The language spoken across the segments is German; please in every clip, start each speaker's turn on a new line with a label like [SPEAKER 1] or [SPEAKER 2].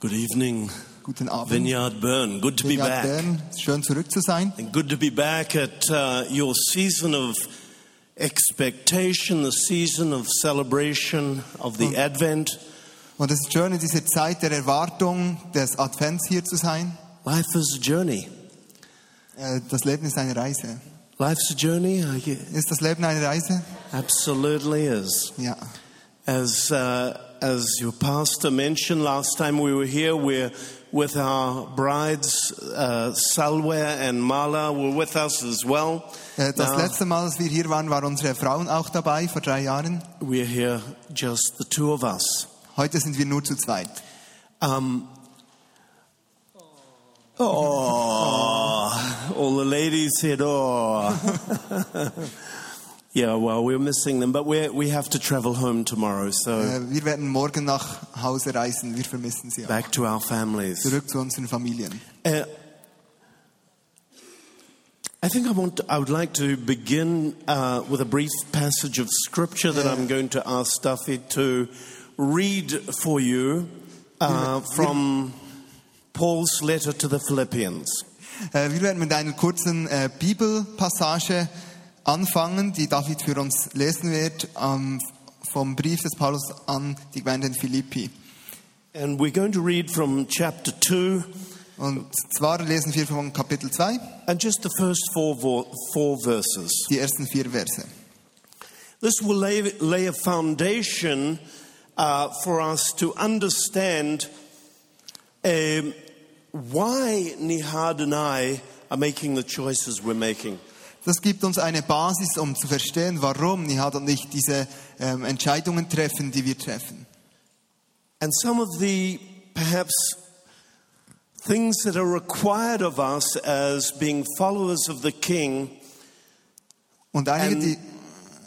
[SPEAKER 1] Good evening,
[SPEAKER 2] Guten Abend.
[SPEAKER 1] Vineyard Bern. Good to be
[SPEAKER 2] Vineyard
[SPEAKER 1] back.
[SPEAKER 2] Bern. Schön zurück zu sein.
[SPEAKER 1] And good to be back at uh, your season of expectation, the season of celebration of the Advent.
[SPEAKER 2] Und es ist schön, in dieser Zeit der Erwartung des Advents hier zu sein.
[SPEAKER 1] Life is a journey.
[SPEAKER 2] Äh, Das Leben ist eine Reise.
[SPEAKER 1] Life's a journey. uh, yeah,
[SPEAKER 2] Ist das Leben eine Reise?
[SPEAKER 1] absolutely is.
[SPEAKER 2] Ja.
[SPEAKER 1] As uh, as your pastor mentioned last time we were here, we're with our brides uh, Salwe and Mala were with us as well.
[SPEAKER 2] Äh, Das
[SPEAKER 1] Now-
[SPEAKER 2] letzte Mal, als wir hier waren, waren unsere Frauen auch dabei, vor drei Jahren.
[SPEAKER 1] We're here just the two of us.
[SPEAKER 2] Heute sind wir nur zu zweit.
[SPEAKER 1] Um, oh, all the ladies said, oh. yeah, well, we're missing them, but we we have to travel home tomorrow, so
[SPEAKER 2] Äh, Wir werden morgen nach Hause reisen. Wir vermissen sie auch.
[SPEAKER 1] back to our families.
[SPEAKER 2] Zurück zu unseren Familien.
[SPEAKER 1] Uh, I think I want. I would like to begin uh, with a brief passage of scripture that I'm going to ask Duffy to read for you uh, from Paul's letter to the Philippians.
[SPEAKER 2] Äh, Wir werden mit einer kurzen äh, Bibelpassage anfangen, die David für uns lesen wird, ähm, vom Brief des Paulus an die Gemeinde in Philippi.
[SPEAKER 1] And we're going to read from chapter 2
[SPEAKER 2] Und zwar lesen wir von Kapitel 2
[SPEAKER 1] and just the first four, vo- four verses.
[SPEAKER 2] die ersten vier Verse.
[SPEAKER 1] This will lay, lay a foundation uh, for us to understand um, why Nihad and I are making the choices we're making.
[SPEAKER 2] Das gibt uns eine Basis, um zu verstehen, warum Nihad und ich diese ähm, Entscheidungen treffen, die wir treffen.
[SPEAKER 1] And some of the perhaps things that are required of us as being followers of the King
[SPEAKER 2] Und einige,
[SPEAKER 1] Ähm.
[SPEAKER 2] die,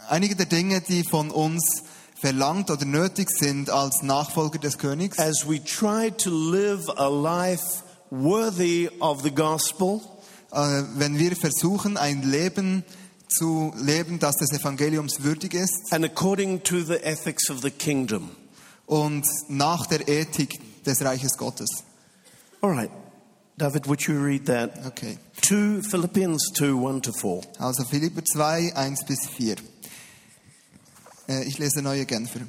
[SPEAKER 2] einige der Dinge, die von uns verlangt oder nötig sind als Nachfolger des Königs,
[SPEAKER 1] as we try to live a life worthy of the gospel.
[SPEAKER 2] äh, wenn wir versuchen, ein Leben zu leben, das des Evangeliums würdig ist
[SPEAKER 1] and according to the ethics of the kingdom.
[SPEAKER 2] und nach der Ethik des Reiches Gottes.
[SPEAKER 1] All right, David, would you read that?
[SPEAKER 2] Okay.
[SPEAKER 1] 2 Philippians 2 1 to 4.
[SPEAKER 2] Also Philipper 2, 1 bis 4. Äh, Ich lese neue Genfer.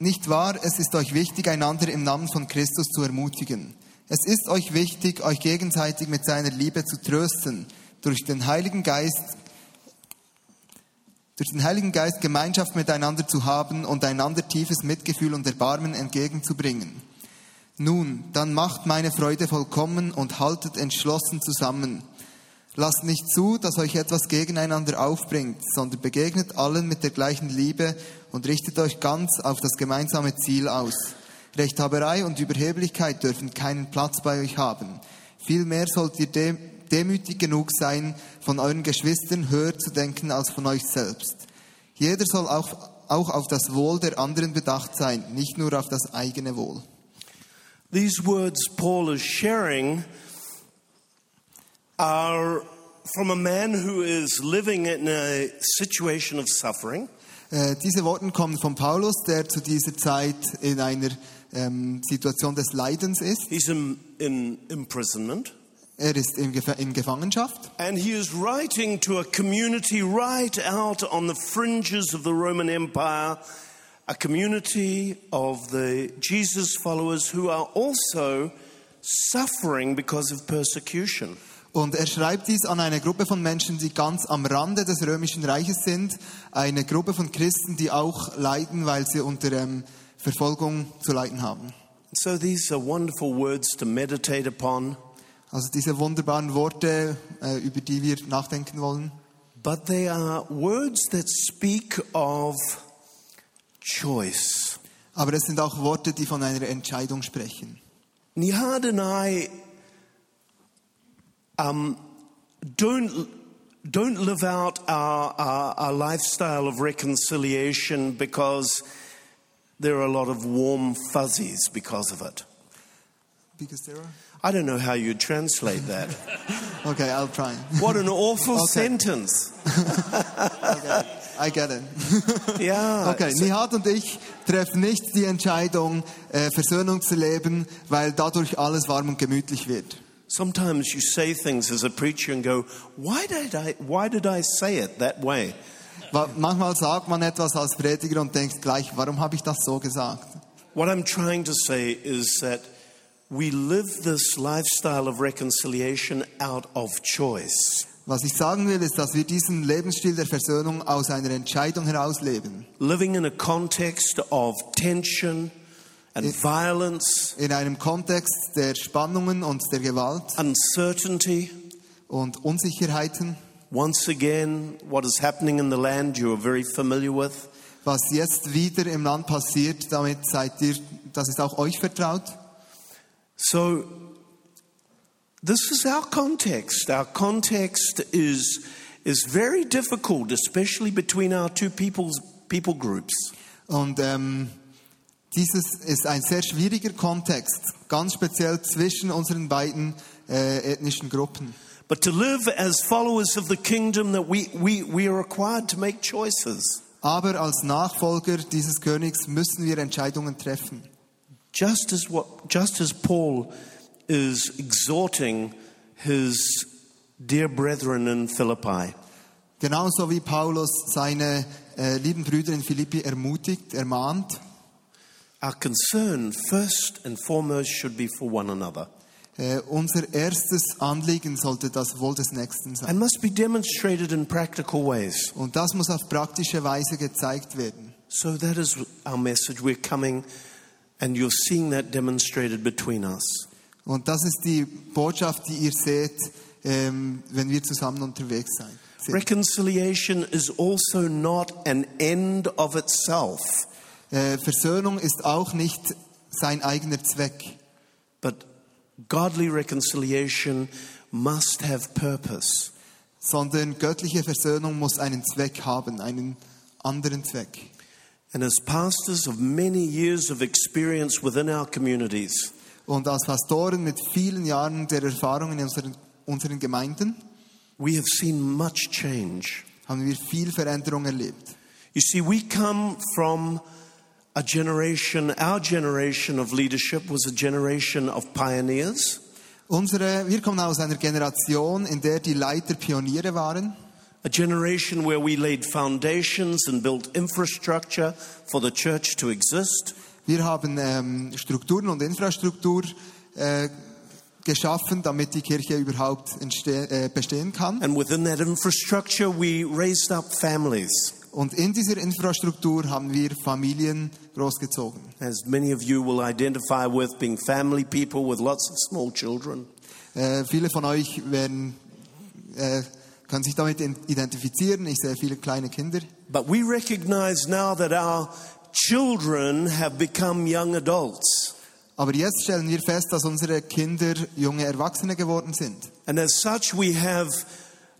[SPEAKER 2] Nicht wahr, es ist euch wichtig, einander im Namen von Christus zu ermutigen. Es ist euch wichtig, euch gegenseitig mit seiner Liebe zu trösten, durch den Heiligen Geist, durch den Heiligen Geist Gemeinschaft miteinander zu haben und einander tiefes Mitgefühl und Erbarmen entgegenzubringen. Nun, dann macht meine Freude vollkommen und haltet entschlossen zusammen. Lasst nicht zu, dass euch etwas gegeneinander aufbringt, sondern begegnet allen mit der gleichen Liebe und richtet euch ganz auf das gemeinsame Ziel aus. Rechthaberei und Überheblichkeit dürfen keinen Platz bei euch haben. Vielmehr sollt ihr dem, demütig genug sein, von euren Geschwistern höher zu denken als von euch selbst. Jeder soll auch, auch auf das Wohl der anderen bedacht sein, nicht nur auf das eigene Wohl.
[SPEAKER 1] These words Paul is sharing are from a man who is living in a situation of suffering.
[SPEAKER 2] Äh, diese Worte kommen von Paulus, der zu dieser Zeit in einer ähm, Situation des Leidens ist.
[SPEAKER 1] He's in, in imprisonment.
[SPEAKER 2] Er ist in, Gef in Gefangenschaft
[SPEAKER 1] And he is writing to a community right out on the fringes of the Roman Empire, a community of the Jesus followers who are also suffering because of persecution.
[SPEAKER 2] und er schreibt dies an eine Gruppe von Menschen, die ganz am Rande des römischen Reiches sind, eine Gruppe von Christen, die auch leiden, weil sie unter ähm, Verfolgung zu leiden haben.
[SPEAKER 1] So these are wonderful words to meditate upon,
[SPEAKER 2] Also diese wunderbaren Worte, äh, über die wir nachdenken wollen.
[SPEAKER 1] but they are words that speak of choice.
[SPEAKER 2] Aber es sind auch Worte, die von einer Entscheidung sprechen.
[SPEAKER 1] Nihad and I um, don't, don't live out our, our, our lifestyle of reconciliation because there are a lot of warm fuzzies because of it.
[SPEAKER 2] Because there are-
[SPEAKER 1] I don't know how you'd translate that.
[SPEAKER 2] Okay, I'll try.
[SPEAKER 1] What an awful
[SPEAKER 2] Okay.
[SPEAKER 1] sentence.
[SPEAKER 2] Okay. I get it.
[SPEAKER 1] Yeah.
[SPEAKER 2] Okay,
[SPEAKER 1] So-
[SPEAKER 2] Nihat und ich treffen nicht die Entscheidung, äh, Versöhnung zu leben, weil dadurch alles warm und gemütlich wird.
[SPEAKER 1] Sometimes you say things as a preacher and go, why did I, why did I say it that way?
[SPEAKER 2] Wa- Manchmal sagt man etwas als Prediger und denkt gleich, warum habe ich das so gesagt?
[SPEAKER 1] What I'm trying to say is that we live this lifestyle of reconciliation out of choice.
[SPEAKER 2] Was ich sagen will, ist, dass wir diesen Lebensstil der Versöhnung aus einer Entscheidung heraus leben.
[SPEAKER 1] Living in a context of tension and violence,
[SPEAKER 2] In einem Kontext der Spannungen und der Gewalt
[SPEAKER 1] uncertainty.
[SPEAKER 2] und Unsicherheiten.
[SPEAKER 1] Once again, what is happening in the land you are very familiar with.
[SPEAKER 2] Was jetzt wieder im Land passiert, damit seid ihr, das ist auch euch vertraut.
[SPEAKER 1] So, this is our context. Our context is, is very difficult, especially between our two peoples, people groups.
[SPEAKER 2] Und ähm, dieses ist ein sehr schwieriger Kontext, ganz speziell zwischen unseren beiden äh, ethnischen Gruppen.
[SPEAKER 1] But to live as followers of the kingdom, that we, we, we are required to make choices.
[SPEAKER 2] Aber als Nachfolger dieses Königs müssen wir Entscheidungen treffen.
[SPEAKER 1] Just as, what, just as Paul is exhorting his dear brethren in Philippi.
[SPEAKER 2] Genauso wie Paulus seine äh, lieben Brüder in Philippi ermutigt, ermahnt.
[SPEAKER 1] Our concern, first and foremost, should be for one another
[SPEAKER 2] Äh, unser erstes Anliegen sollte das Wohl des Nächsten sein.
[SPEAKER 1] and must be demonstrated in practical ways.
[SPEAKER 2] Und das muss auf praktische Weise gezeigt werden.
[SPEAKER 1] So that is our message. We're coming, and you're seeing that demonstrated between us.
[SPEAKER 2] Und das ist die Botschaft, die ihr seht, ähm, wenn wir zusammen unterwegs sein- sind.
[SPEAKER 1] Reconciliation is also not an end of itself,
[SPEAKER 2] Äh, Versöhnung ist auch nicht sein eigener Zweck.
[SPEAKER 1] but godly reconciliation must have purpose.
[SPEAKER 2] sondern göttliche Versöhnung muss einen Zweck haben, einen anderen Zweck.
[SPEAKER 1] And as pastors of many years of experience within our communities,
[SPEAKER 2] Und als Pastoren mit vielen Jahren der Erfahrung in unseren, unseren Gemeinden
[SPEAKER 1] we have seen much change.
[SPEAKER 2] haben wir viel Veränderung erlebt.
[SPEAKER 1] You see, we come from a generation, our generation of leadership was a generation of pioneers.
[SPEAKER 2] Unsere, wir kommen aus einer Generation, in der die Leiter Pioniere waren,
[SPEAKER 1] A generation where we laid foundations and built infrastructure for the church to exist.
[SPEAKER 2] Wir haben ähm, Strukturen und Infrastruktur äh, geschaffen, damit die Kirche überhaupt entste- äh, bestehen kann.
[SPEAKER 1] And within that infrastructure, we raised up families.
[SPEAKER 2] Und in dieser Infrastruktur haben wir Familien großgezogen.
[SPEAKER 1] As many of you will identify with, being family people with lots of small children.
[SPEAKER 2] Äh, viele von euch werden, äh, können sich damit in- identifizieren. Ich sehe viele kleine Kinder.
[SPEAKER 1] But we recognize now that our children have become young adults.
[SPEAKER 2] Aber jetzt stellen wir fest, dass unsere Kinder junge Erwachsene geworden sind.
[SPEAKER 1] And as such, we have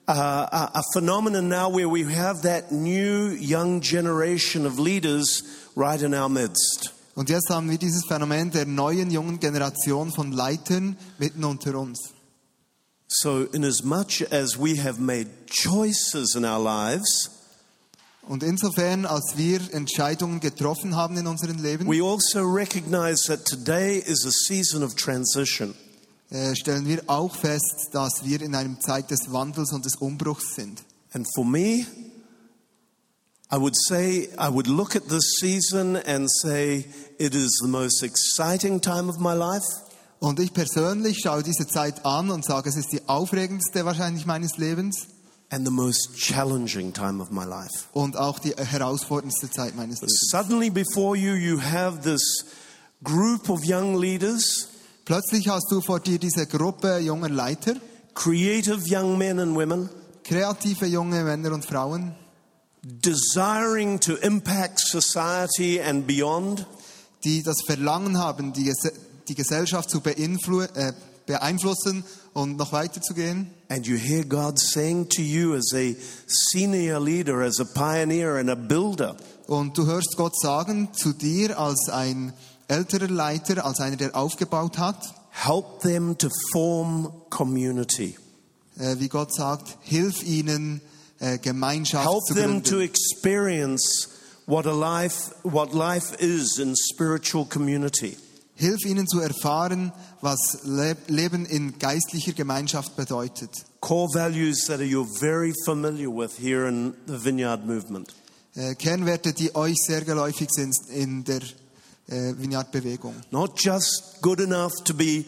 [SPEAKER 1] uh, a, a phenomenon now where we have that new young generation of leaders right in our midst.
[SPEAKER 2] Und jetzt haben wir dieses Phänomen der neuen jungen Generation von Leitern mitten unter uns.
[SPEAKER 1] So, inasmuch as we have made choices in our lives,
[SPEAKER 2] Und insofern, als wir Entscheidungen getroffen haben in unserem Leben,
[SPEAKER 1] we also recognize that today is a season of transition.
[SPEAKER 2] äh, stellen wir auch fest, dass wir in einem Zeit des Wandels und des Umbruchs sind.
[SPEAKER 1] And for me, I would say, I would look at this season and say, it is the most exciting time of my life.
[SPEAKER 2] Und ich persönlich schaue diese Zeit an und sage, es ist die aufregendste wahrscheinlich meines Lebens
[SPEAKER 1] And the most challenging time of my life.
[SPEAKER 2] und auch die herausforderndste Zeit meines Lebens.
[SPEAKER 1] Suddenly, before you, you have this group of young leaders,
[SPEAKER 2] Plötzlich hast du vor dir diese Gruppe junger Leiter,
[SPEAKER 1] creative young men and women,
[SPEAKER 2] kreative junge Männer und Frauen,
[SPEAKER 1] desiring to impact society and beyond.
[SPEAKER 2] die das Verlangen haben, die, Ges die Gesellschaft zu beinflu äh, beeinflussen und noch weiterzugehen.
[SPEAKER 1] And you hear God saying to you as a senior leader, as a pioneer and a builder,
[SPEAKER 2] Und du hörst Gott sagen zu dir als ein älterer Leiter, als einer, der aufgebaut hat,
[SPEAKER 1] help them to form community.
[SPEAKER 2] äh, wie Gott sagt, hilf ihnen, äh, äh, Gemeinschaft
[SPEAKER 1] Help
[SPEAKER 2] zu
[SPEAKER 1] them to
[SPEAKER 2] gründen.
[SPEAKER 1] experience what a life what life is in spiritual community.
[SPEAKER 2] Hilf ihnen zu erfahren, was Le Leben in geistlicher Gemeinschaft bedeutet.
[SPEAKER 1] Core values that are you're very familiar with here in the Vineyard movement.
[SPEAKER 2] Äh, Kernwerte, die euch sehr geläufig sind in der äh, Vineyard-Bewegung.
[SPEAKER 1] Not just good enough to be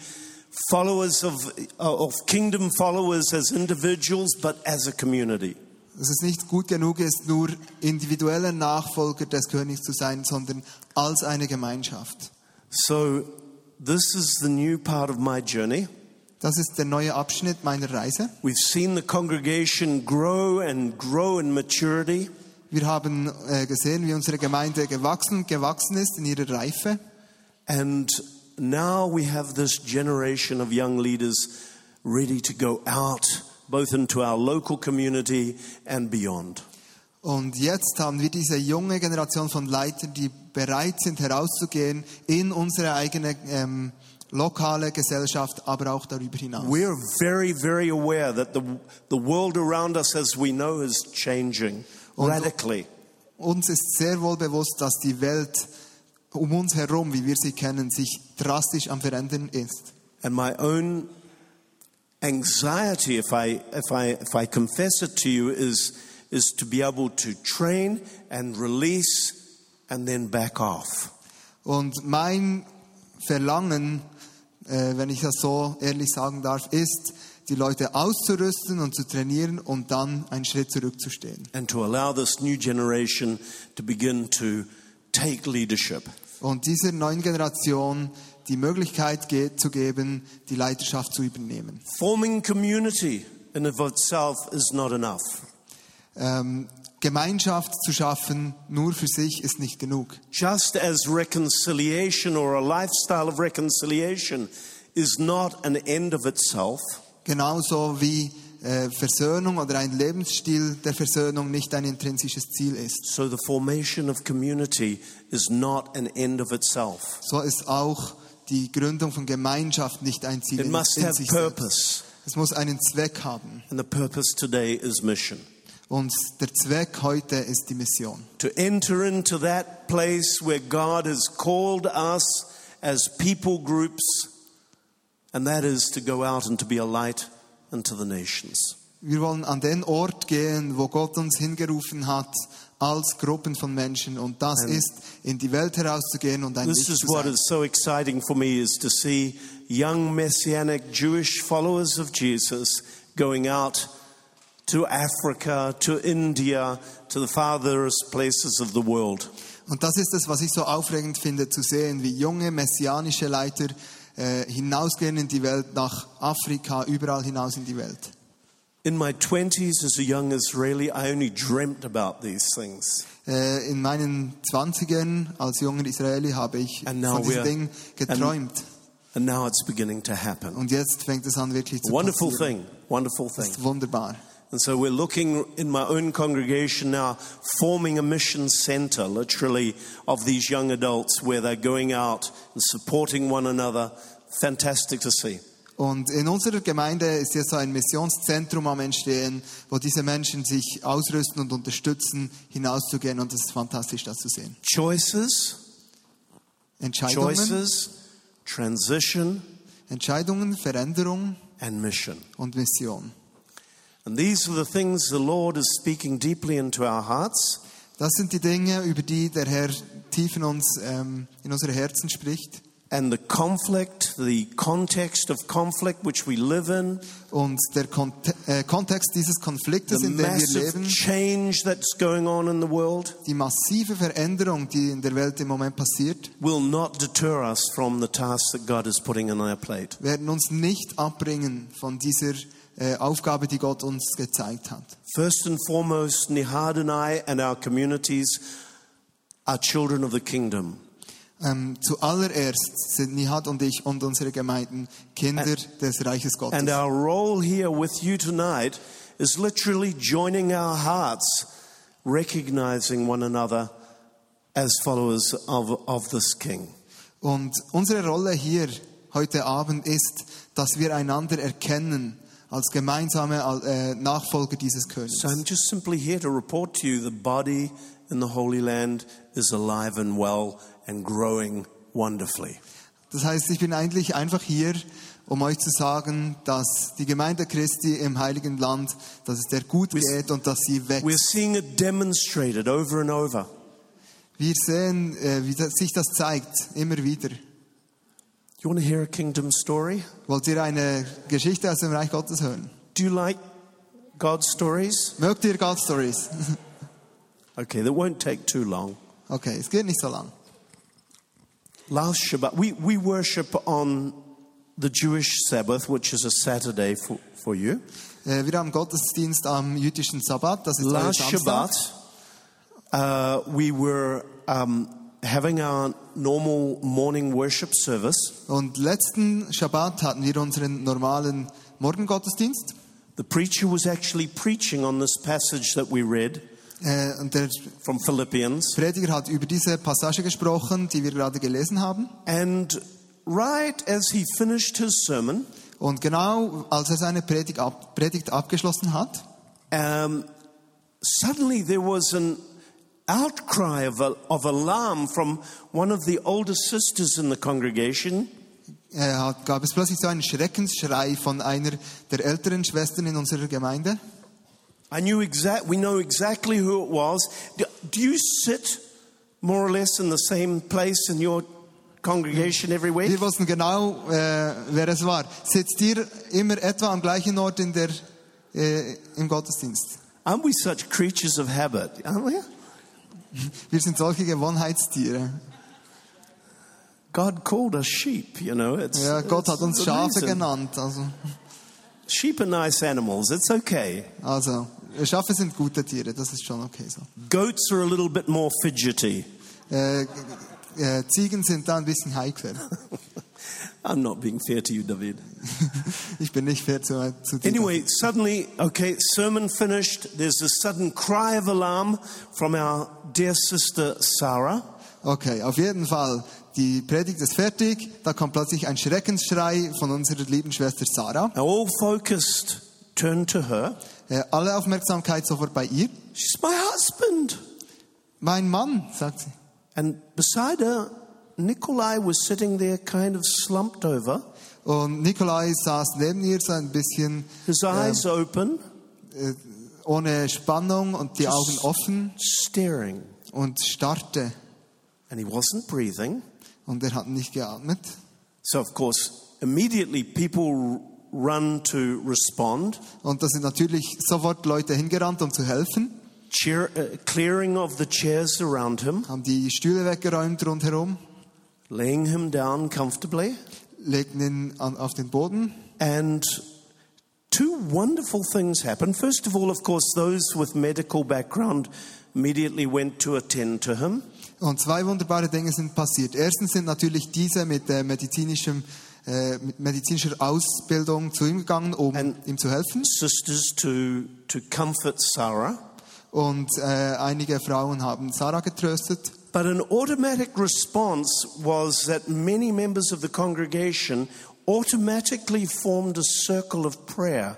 [SPEAKER 1] followers of, uh, of kingdom followers as individuals, but as a community.
[SPEAKER 2] Dass es nicht gut genug ist, nur individueller Nachfolger des Königs zu sein, sondern als eine Gemeinschaft.
[SPEAKER 1] So, this is the new part of my journey.
[SPEAKER 2] Das ist der neue Abschnitt meiner Reise.
[SPEAKER 1] We've seen the congregation grow and grow in maturity.
[SPEAKER 2] Wir haben äh, gesehen, wie unsere Gemeinde gewachsen, gewachsen ist in ihrer Reife.
[SPEAKER 1] And now we have this generation of young leaders ready to go out, both into our local community and beyond.
[SPEAKER 2] Und jetzt haben wir diese junge Generation von Leitern, die bereit sind, herauszugehen in unsere eigene ähm, lokale Gesellschaft, aber auch darüber hinaus.
[SPEAKER 1] We're very, very aware that the, the world around us, as we know, is changing
[SPEAKER 2] Und-
[SPEAKER 1] radically.
[SPEAKER 2] Uns ist sehr wohl bewusst, dass die Welt um uns herum, wie wir sie kennen, sich drastisch am Verändern ist.
[SPEAKER 1] And my own anxiety, if I, if I, if I confess it to you, is, is to be able to train and release and then back off.
[SPEAKER 2] Und mein Verlangen, äh, wenn ich das so ehrlich sagen darf, ist, die Leute auszurüsten und zu trainieren und dann einen Schritt zurückzustehen.
[SPEAKER 1] and to allow this new generation to begin to take leadership.
[SPEAKER 2] Und dieser neuen Generation die Möglichkeit ge zu geben, die Leiterschaft zu übernehmen.
[SPEAKER 1] Forming community in and of itself is not enough.
[SPEAKER 2] Ähm, Gemeinschaft zu schaffen, nur für sich, ist nicht genug.
[SPEAKER 1] Just as reconciliation or a lifestyle of reconciliation is not an end of itself,
[SPEAKER 2] Genauso wie äh, Versöhnung oder ein Lebensstil der Versöhnung nicht ein intrinsisches Ziel ist.
[SPEAKER 1] so the formation of community is not an end of itself.
[SPEAKER 2] So ist auch die Gründung von Gemeinschaft nicht ein Ziel
[SPEAKER 1] It
[SPEAKER 2] in,
[SPEAKER 1] must
[SPEAKER 2] in
[SPEAKER 1] have
[SPEAKER 2] sich selbst.
[SPEAKER 1] purpose,
[SPEAKER 2] Es muss einen Zweck haben.
[SPEAKER 1] and the purpose today is mission.
[SPEAKER 2] Und der Zweck heute ist die Mission.
[SPEAKER 1] To enter into that place where God has called us as people groups, and that is to go out and to be a light unto the nations.
[SPEAKER 2] Wir wollen an den Ort gehen, wo Gott uns hingerufen hat, als Gruppen von Menschen. Und das ist, in die Welt herauszugehen und ein
[SPEAKER 1] This
[SPEAKER 2] Licht
[SPEAKER 1] is
[SPEAKER 2] zu
[SPEAKER 1] what
[SPEAKER 2] sein.
[SPEAKER 1] is so exciting for me is to see young messianic Jewish followers of Jesus going out to Africa, to India, to the farthest places of the world.
[SPEAKER 2] Und das ist es, was ich so aufregend finde, zu sehen, wie junge messianische Leiter äh, hinausgehen in die Welt, nach Afrika, überall hinaus in die Welt.
[SPEAKER 1] In my 20s as a young Israeli, I only dreamt about these things.
[SPEAKER 2] Äh, in meinen Zwanzigern als junger Israeli habe ich
[SPEAKER 1] And now
[SPEAKER 2] von
[SPEAKER 1] we
[SPEAKER 2] diesem
[SPEAKER 1] are-
[SPEAKER 2] Ding geträumt.
[SPEAKER 1] And now it's beginning to happen.
[SPEAKER 2] Und jetzt fängt es an wirklich zu
[SPEAKER 1] Wonderful thing,
[SPEAKER 2] passieren.
[SPEAKER 1] wonderful
[SPEAKER 2] Das
[SPEAKER 1] thing.
[SPEAKER 2] ist wunderbar.
[SPEAKER 1] And so we're looking in my own congregation now, forming a mission center, literally, of these young adults where they're going out and supporting one another. Fantastic to see.
[SPEAKER 2] Und in unserer Gemeinde ist jetzt so ein Missionszentrum am Entstehen, wo diese Menschen sich ausrüsten und unterstützen, hinauszugehen. Und es ist fantastisch, das zu sehen.
[SPEAKER 1] Choices,
[SPEAKER 2] Entscheidungen,
[SPEAKER 1] choices, transition,
[SPEAKER 2] Entscheidungen, Veränderung
[SPEAKER 1] and mission.
[SPEAKER 2] und Mission.
[SPEAKER 1] And these are the things the Lord is speaking deeply into our hearts.
[SPEAKER 2] Das sind die Dinge, über die der Herr tief in uns, ähm, in unsere Herzen spricht.
[SPEAKER 1] And the conflict, the context of conflict which we live in,
[SPEAKER 2] Und der Kont äh, Kontext dieses Konfliktes,
[SPEAKER 1] the
[SPEAKER 2] in dem wir
[SPEAKER 1] massive
[SPEAKER 2] leben,
[SPEAKER 1] change that's going on in the world
[SPEAKER 2] die massive Veränderung, die in der Welt im Moment passiert,
[SPEAKER 1] will not deter us from the task that God is putting on our plate.
[SPEAKER 2] werden uns nicht abbringen von dieser äh, Aufgabe, die Gott uns gezeigt hat.
[SPEAKER 1] First and foremost, Nihad and I and our communities are children of the kingdom.
[SPEAKER 2] Ähm, zuallererst sind Nihat und ich und unsere Gemeinden Kinder des Reiches Gottes.
[SPEAKER 1] And our role here with you tonight is literally joining our hearts, recognizing one another as followers of, of this king.
[SPEAKER 2] und unsere Rolle hier heute Abend ist, dass wir einander erkennen als gemeinsame äh, Nachfolger dieses Königs.
[SPEAKER 1] So I'm just simply here to report to you the body in the Holy Land is alive and well and growing wonderfully.
[SPEAKER 2] Das heißt, ich bin eigentlich einfach hier, um euch zu sagen, dass die Gemeinde Christi im Heiligen Land, dass es der gut geht und dass sie
[SPEAKER 1] We're
[SPEAKER 2] wächst.
[SPEAKER 1] seeing it demonstrated over and over.
[SPEAKER 2] Wir sehen, äh, wie das, sich das zeigt, immer wieder.
[SPEAKER 1] You want to hear a kingdom story?
[SPEAKER 2] Wollt ihr eine Geschichte aus dem Reich Gottes hören?
[SPEAKER 1] Do you like God's stories?
[SPEAKER 2] Mögt ihr God Stories?
[SPEAKER 1] Okay, that won't take too long.
[SPEAKER 2] Okay, es geht nicht so lang.
[SPEAKER 1] Last Shabbat, we, we worship on the Jewish Sabbath, which is a Saturday for, for you.
[SPEAKER 2] Äh, Wir haben Gottesdienst am jüdischen Sabbat, das ist euer
[SPEAKER 1] Last
[SPEAKER 2] Samstag.
[SPEAKER 1] Shabbat, uh, we were um, having our normal morning worship service.
[SPEAKER 2] Und letzten Shabbat hatten wir unseren normalen Morgengottesdienst.
[SPEAKER 1] The preacher was actually preaching on this passage that we read
[SPEAKER 2] Äh, Und der
[SPEAKER 1] from Philippians.
[SPEAKER 2] Prediger hat über diese Passage gesprochen, die wir gerade gelesen haben.
[SPEAKER 1] And right as he finished his sermon,
[SPEAKER 2] Und genau als er seine Predigt, ab, Predigt abgeschlossen hat,
[SPEAKER 1] um, suddenly there was an outcry of, of alarm from one of the older sisters in the congregation.
[SPEAKER 2] äh, hat, gab es plötzlich so einen Schreckensschrei von einer der älteren Schwestern in unserer Gemeinde.
[SPEAKER 1] I knew exact. We know exactly who it was. Do, do you sit more or less in the same place in your congregation every week?
[SPEAKER 2] Wir wussten genau, äh, wer es war. Sitzt ihr immer etwa am gleichen Ort in der, äh, im Gottesdienst?
[SPEAKER 1] Aren't we such creatures of habit? Aren't we?
[SPEAKER 2] Wir sind solche Gewohnheitstiere.
[SPEAKER 1] God called us sheep. You know, it's
[SPEAKER 2] Ja, Gott hat
[SPEAKER 1] it's
[SPEAKER 2] uns
[SPEAKER 1] the
[SPEAKER 2] Schafe
[SPEAKER 1] reason.
[SPEAKER 2] genannt. Also,
[SPEAKER 1] Sheep are nice animals. It's okay.
[SPEAKER 2] also, Schafe sind gute Tiere, das ist schon okay so.
[SPEAKER 1] Goats are a little bit more fidgety.
[SPEAKER 2] Äh, äh, Ziegen sind da ein bisschen heikler.
[SPEAKER 1] I'm not being fair to you, David.
[SPEAKER 2] Ich bin nicht fair zu, zu dir.
[SPEAKER 1] Anyway, suddenly, okay, sermon finished. There's a sudden cry of alarm from our dear sister Sarah.
[SPEAKER 2] Okay, auf jeden Fall. Die Predigt ist fertig. Da kommt plötzlich ein Schreckensschrei von unserer lieben Schwester Sarah.
[SPEAKER 1] Now, all focused turned to her.
[SPEAKER 2] Äh, alle Aufmerksamkeit sofort bei ihr.
[SPEAKER 1] She's my husband.
[SPEAKER 2] Mein Mann, sagt sie.
[SPEAKER 1] And beside her, Nikolai was sitting there kind of slumped over,
[SPEAKER 2] Und Nikolai saß neben ihr so ein bisschen
[SPEAKER 1] his eyes open,
[SPEAKER 2] ohne Spannung und die Augen offen
[SPEAKER 1] staring.
[SPEAKER 2] und starrte.
[SPEAKER 1] And he wasn't breathing.
[SPEAKER 2] Und er hat nicht geatmet.
[SPEAKER 1] So, of course, immediately people r- run to respond,
[SPEAKER 2] Und da sind natürlich sofort Leute hingerannt, um zu helfen.
[SPEAKER 1] cheer, uh, clearing of the chairs around him,
[SPEAKER 2] Haben die Stühle weggeräumt rundherum,
[SPEAKER 1] laying him down comfortably.
[SPEAKER 2] legten ihn an, auf den Boden.
[SPEAKER 1] And two wonderful things happened. First of all, of course, those with medical background immediately went to attend to him.
[SPEAKER 2] Und zwei wunderbare Dinge sind passiert. Erstens sind natürlich diese mit, äh, medizinischem, äh, mit medizinischer Ausbildung zu ihm gegangen, um
[SPEAKER 1] Ein-
[SPEAKER 2] ihm zu helfen.
[SPEAKER 1] Sisters to, to comfort Sarah.
[SPEAKER 2] Und äh, einige Frauen haben Sarah getröstet.
[SPEAKER 1] But an automatic response was that many members of the congregation automatically formed a circle of prayer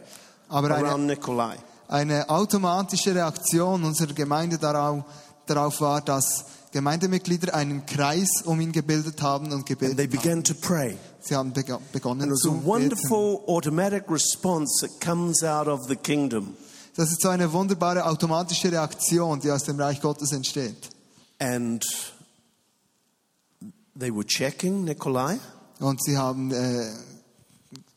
[SPEAKER 2] Aber eine,
[SPEAKER 1] around Nikolai.
[SPEAKER 2] eine automatische Reaktion unserer Gemeinde darauf, darauf war, dass Gemeindemitglieder einen Kreis um ihn gebildet haben
[SPEAKER 1] And
[SPEAKER 2] und
[SPEAKER 1] they
[SPEAKER 2] gebetet haben.
[SPEAKER 1] began to pray.
[SPEAKER 2] Sie haben bega-
[SPEAKER 1] It
[SPEAKER 2] begonnen
[SPEAKER 1] was a
[SPEAKER 2] zu beten.
[SPEAKER 1] wonderful automatic response that comes out of the kingdom.
[SPEAKER 2] Das ist so eine wunderbare automatische Reaktion, die aus dem Reich Gottes entsteht.
[SPEAKER 1] And they were checking Nikolai.
[SPEAKER 2] Und sie haben äh,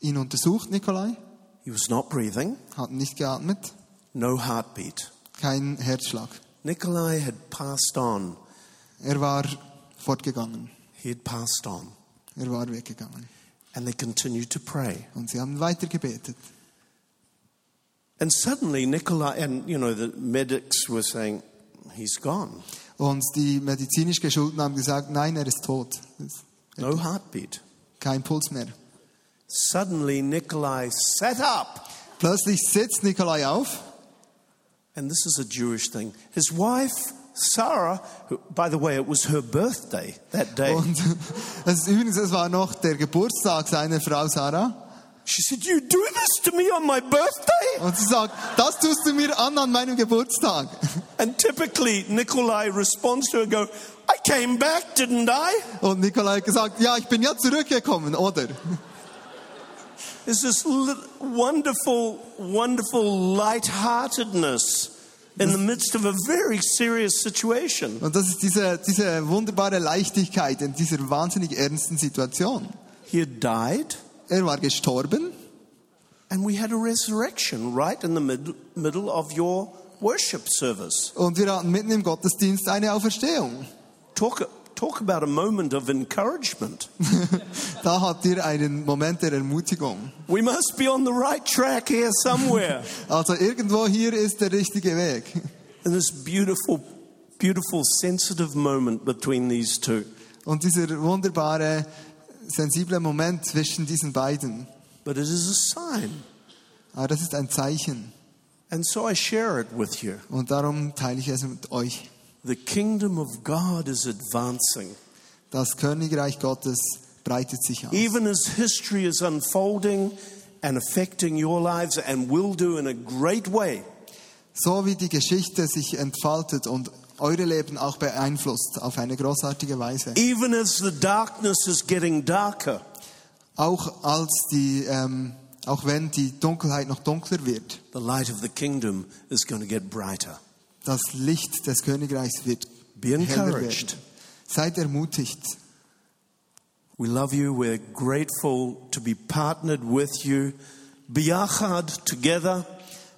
[SPEAKER 2] ihn untersucht, Nikolai,
[SPEAKER 1] He was not breathing,
[SPEAKER 2] hat nicht geatmet,
[SPEAKER 1] no heartbeat.
[SPEAKER 2] keinen Herzschlag.
[SPEAKER 1] Nikolai had passed on.
[SPEAKER 2] Er war fortgegangen,
[SPEAKER 1] He had passed on.
[SPEAKER 2] er war weggegangen.
[SPEAKER 1] And they continued to pray.
[SPEAKER 2] Und sie haben weiter gebetet.
[SPEAKER 1] And suddenly, Nikolai, and you know, the medics were saying, he's gone.
[SPEAKER 2] Und die medizinisch Geschulten haben gesagt, nein, er ist tot. Es-
[SPEAKER 1] No heartbeat.
[SPEAKER 2] Kein Puls mehr.
[SPEAKER 1] Suddenly, Nikolai sat up.
[SPEAKER 2] Plötzlich sitzt Nikolai auf.
[SPEAKER 1] And this is a Jewish thing. His wife, Sarah, who, by the way, it was her birthday that day.
[SPEAKER 2] Und es ist übrigens, es war noch der Geburtstag seiner Frau Sarah.
[SPEAKER 1] She said, You do this to me on my birthday?
[SPEAKER 2] Und sie sagt, das tust du mir an an meinem Geburtstag.
[SPEAKER 1] And typically, Nikolai responds to her, Go, I came back, didn't I?
[SPEAKER 2] Und Nikolai hat gesagt, ja, ich bin ja zurückgekommen, oder?
[SPEAKER 1] There's this lit- wonderful, wonderful lightheartedness in the midst of a very serious situation.
[SPEAKER 2] Und das ist diese, diese wunderbare Leichtigkeit in dieser wahnsinnig ernsten Situation.
[SPEAKER 1] He had died,
[SPEAKER 2] Er war gestorben
[SPEAKER 1] and we had a resurrection right in the mid- middle of your worship service.
[SPEAKER 2] und wir hatten mitten im Gottesdienst eine Auferstehung.
[SPEAKER 1] Talk, talk about a moment of encouragement.
[SPEAKER 2] Da habt ihr einen Moment der Ermutigung.
[SPEAKER 1] We must be on the right track here somewhere.
[SPEAKER 2] Also irgendwo hier ist der richtige Weg.
[SPEAKER 1] and this beautiful, beautiful, sensitive moment between these two.
[SPEAKER 2] Und dieser wunderbare, sensible Moment zwischen diesen beiden.
[SPEAKER 1] But it is a sign.
[SPEAKER 2] Aber das ist ein Zeichen.
[SPEAKER 1] And so I share it with you.
[SPEAKER 2] Und darum teile ich es mit euch.
[SPEAKER 1] The kingdom of God is advancing.
[SPEAKER 2] Das Königreich Gottes breitet sich aus.
[SPEAKER 1] Even as history is unfolding and affecting your lives and will do in a great way,
[SPEAKER 2] So wie die Geschichte sich entfaltet und eure Leben auch beeinflusst auf eine großartige Weise.
[SPEAKER 1] even as the darkness is getting darker,
[SPEAKER 2] Auch, als die, ähm, auch wenn die Dunkelheit noch dunkler wird,
[SPEAKER 1] the light of the kingdom is going to get brighter.
[SPEAKER 2] das Licht des Königreichs wird
[SPEAKER 1] Be
[SPEAKER 2] heller
[SPEAKER 1] encouraged.
[SPEAKER 2] werden. Seid ermutigt.
[SPEAKER 1] We love you. We're grateful to be partnered with you. Biyachad together.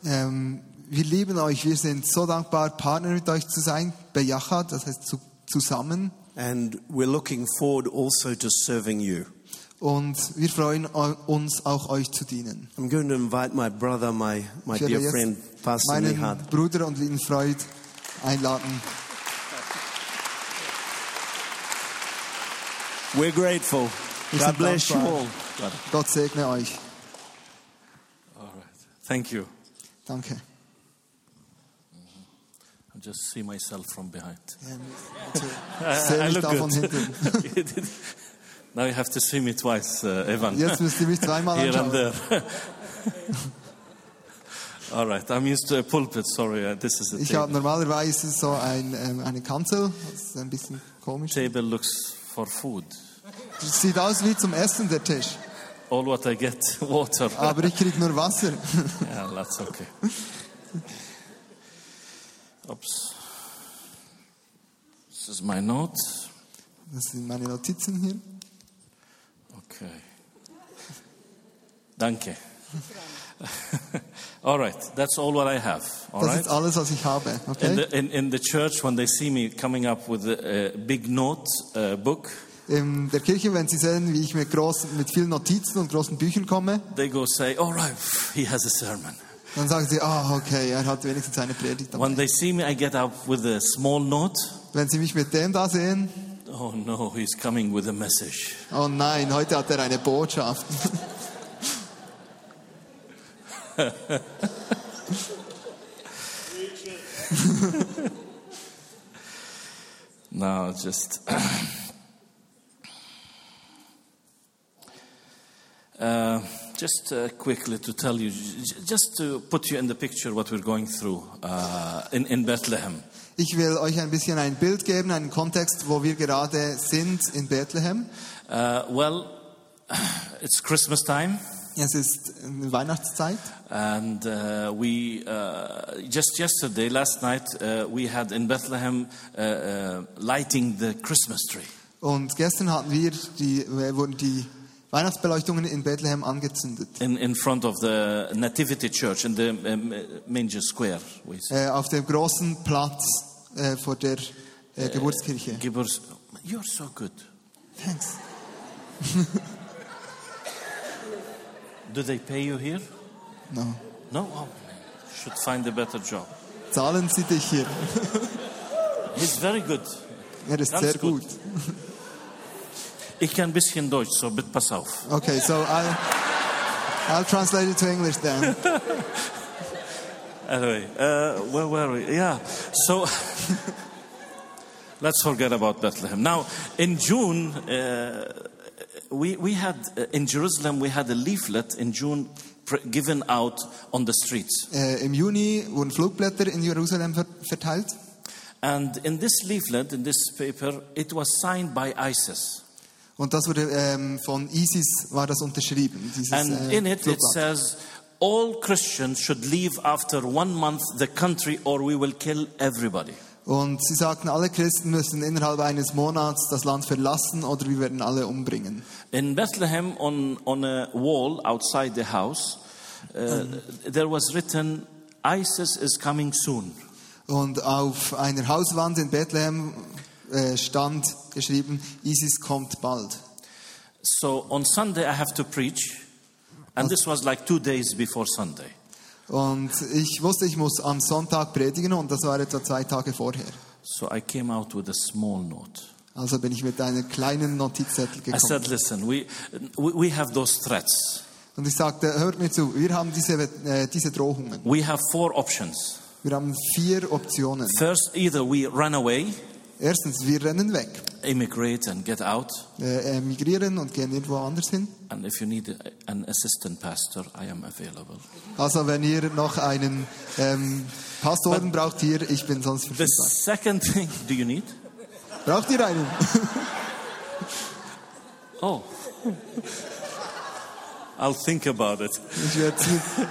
[SPEAKER 2] Ähm, wir lieben euch, wir sind so dankbar, Partner mit euch zu sein, Bejachat, das heißt zu, zusammen.
[SPEAKER 1] And we're looking forward also to serving you.
[SPEAKER 2] Und wir freuen eu- uns auch, euch zu dienen.
[SPEAKER 1] I'm going to invite my brother, my, my
[SPEAKER 2] Ich werde
[SPEAKER 1] dear
[SPEAKER 2] jetzt
[SPEAKER 1] friend, Pastor
[SPEAKER 2] meinen
[SPEAKER 1] Nihad.
[SPEAKER 2] Bruder und lieben Freud einladen.
[SPEAKER 1] We're grateful.
[SPEAKER 2] Wir
[SPEAKER 1] God
[SPEAKER 2] sind
[SPEAKER 1] bless you
[SPEAKER 2] dankbar.
[SPEAKER 1] all.
[SPEAKER 2] Gott segne euch.
[SPEAKER 3] All right. Thank you.
[SPEAKER 2] Danke.
[SPEAKER 3] I just see myself from behind.
[SPEAKER 2] Ähm,
[SPEAKER 3] I,
[SPEAKER 2] Ich sehe
[SPEAKER 3] I
[SPEAKER 2] mich
[SPEAKER 3] look
[SPEAKER 2] da von
[SPEAKER 3] good.
[SPEAKER 2] hinten.
[SPEAKER 3] now you have to see me twice, uh, Evan.
[SPEAKER 2] Jetzt müsst ihr mich zweimal
[SPEAKER 3] Here and
[SPEAKER 2] anschauen.
[SPEAKER 3] there. All right. I'm used to a pulpit. Sorry, uh, this is the
[SPEAKER 2] Ich
[SPEAKER 3] table.
[SPEAKER 2] habe normalerweise so ein, ähm, eine Kanzel. Das ist ein bisschen komisch.
[SPEAKER 3] table looks for food.
[SPEAKER 2] Das sieht aus wie zum Essen der Tisch.
[SPEAKER 3] All what I get, water.
[SPEAKER 2] Aber ich kriege nur Wasser.
[SPEAKER 3] Yeah, that's okay. Oops. This is my note.
[SPEAKER 2] Das sind meine Notizen hier.
[SPEAKER 3] Okay. Danke. all right, that's all what I have. All
[SPEAKER 2] Das
[SPEAKER 3] right.
[SPEAKER 2] ist alles, was ich habe.
[SPEAKER 3] In
[SPEAKER 2] Okay?
[SPEAKER 3] the, in, in the church, when they see me coming up with a, a big note uh, book,
[SPEAKER 2] In der Kirche, wenn Sie sehen, wie ich mit, großen, mit vielen Notizen und großen Büchern komme,
[SPEAKER 3] they go say, "All right, he has a sermon."
[SPEAKER 2] dann sagen Sie, ah, okay, er hat wenigstens eine Predigt. dabei.
[SPEAKER 3] When they see me, I get up with a small note.
[SPEAKER 2] Wenn Sie mich mit dem da sehen,
[SPEAKER 3] Oh no, he's coming with a message.
[SPEAKER 2] oh nein, heute hat er eine Botschaft.
[SPEAKER 3] No, just. Uh, just uh, quickly to tell you, j- j- just to put you in the picture what we're going through uh, in, in Bethlehem.
[SPEAKER 2] Ich will euch ein bisschen ein Bild geben, einen Kontext, wo wir gerade sind in Bethlehem.
[SPEAKER 3] Uh, well, it's Christmas time.
[SPEAKER 2] Es ist ähm, Weihnachtszeit
[SPEAKER 3] And uh, we uh, just yesterday, last night, uh, we had in Bethlehem uh, uh, lighting the Christmas tree.
[SPEAKER 2] und gestern hatten wir die, äh, wurden die Weihnachtsbeleuchtungen in Bethlehem angezündet.
[SPEAKER 3] In, in front of the Nativity Church in the um, Manger Square, we say.
[SPEAKER 2] Äh, auf dem großen Platz äh, vor der äh, Geburtskirche.
[SPEAKER 3] Give us- You're so good.
[SPEAKER 2] Thanks.
[SPEAKER 3] Do they pay you here?
[SPEAKER 2] No.
[SPEAKER 3] No? Oh, should find a better job.
[SPEAKER 2] Zahlen Sie dich hier.
[SPEAKER 3] He's very good.
[SPEAKER 2] Er ist
[SPEAKER 3] Ganz
[SPEAKER 2] sehr
[SPEAKER 3] gut.
[SPEAKER 2] gut.
[SPEAKER 3] Ich kann ein bisschen Deutsch, so bit pass auf.
[SPEAKER 2] Okay, so I'll, I'll translate it to English then.
[SPEAKER 3] Anyway, uh, where were we? Yeah. So let's forget about Bethlehem. Now, in June, uh, we, we had uh, in Jerusalem we had a leaflet in June pr- given out on the streets,
[SPEAKER 2] Äh, Im Juni wurden Flugblätter in Jerusalem ver verteilt
[SPEAKER 3] and in this leaflet, in this paper, it was signed by ISIS,
[SPEAKER 2] und das wurde ähm, von ISIS war das unterschrieben. Dieses,
[SPEAKER 3] and
[SPEAKER 2] äh,
[SPEAKER 3] in it it
[SPEAKER 2] Flugblatt.
[SPEAKER 3] says. All Christians should leave after one month the country, or we will kill everybody.
[SPEAKER 2] und sie sagten, alle Christen müssen innerhalb eines Monats das Land verlassen oder wir werden alle umbringen.
[SPEAKER 3] In Bethlehem, on, on a wall outside the house, uh, there was written, ISIS is coming soon.
[SPEAKER 2] Und auf einer Hauswand in Bethlehem äh, stand geschrieben, ISIS kommt bald.
[SPEAKER 3] So on Sunday, I have to preach, and this was like two days before Sunday.
[SPEAKER 2] Und ich wusste, ich muss am Sonntag predigen und das war etwa zwei Tage vorher.
[SPEAKER 3] So I came out with a small note.
[SPEAKER 2] Also bin ich mit einer kleinen Notizzettel
[SPEAKER 3] I
[SPEAKER 2] gekommen.
[SPEAKER 3] said, Listen, we, we, we have those threats.
[SPEAKER 2] Und ich sagte, hört mir zu, wir haben diese, äh, diese Drohungen.
[SPEAKER 3] We have four options.
[SPEAKER 2] Wir haben vier Optionen.
[SPEAKER 3] First, either we run away,
[SPEAKER 2] Erstens, wir rennen weg,
[SPEAKER 3] immigrate, and get out.
[SPEAKER 2] äh, emigrieren und gehen irgendwo anders hin.
[SPEAKER 3] And if you need a- an assistant pastor, I am available.
[SPEAKER 2] Also wenn ihr noch einen ähm, Pastoren braucht hier, ich bin sonst
[SPEAKER 3] The
[SPEAKER 2] verfügbar.
[SPEAKER 3] second thing, do you need?
[SPEAKER 2] Braucht ihr einen?
[SPEAKER 3] Oh. I'll think about it.
[SPEAKER 2] Ich werde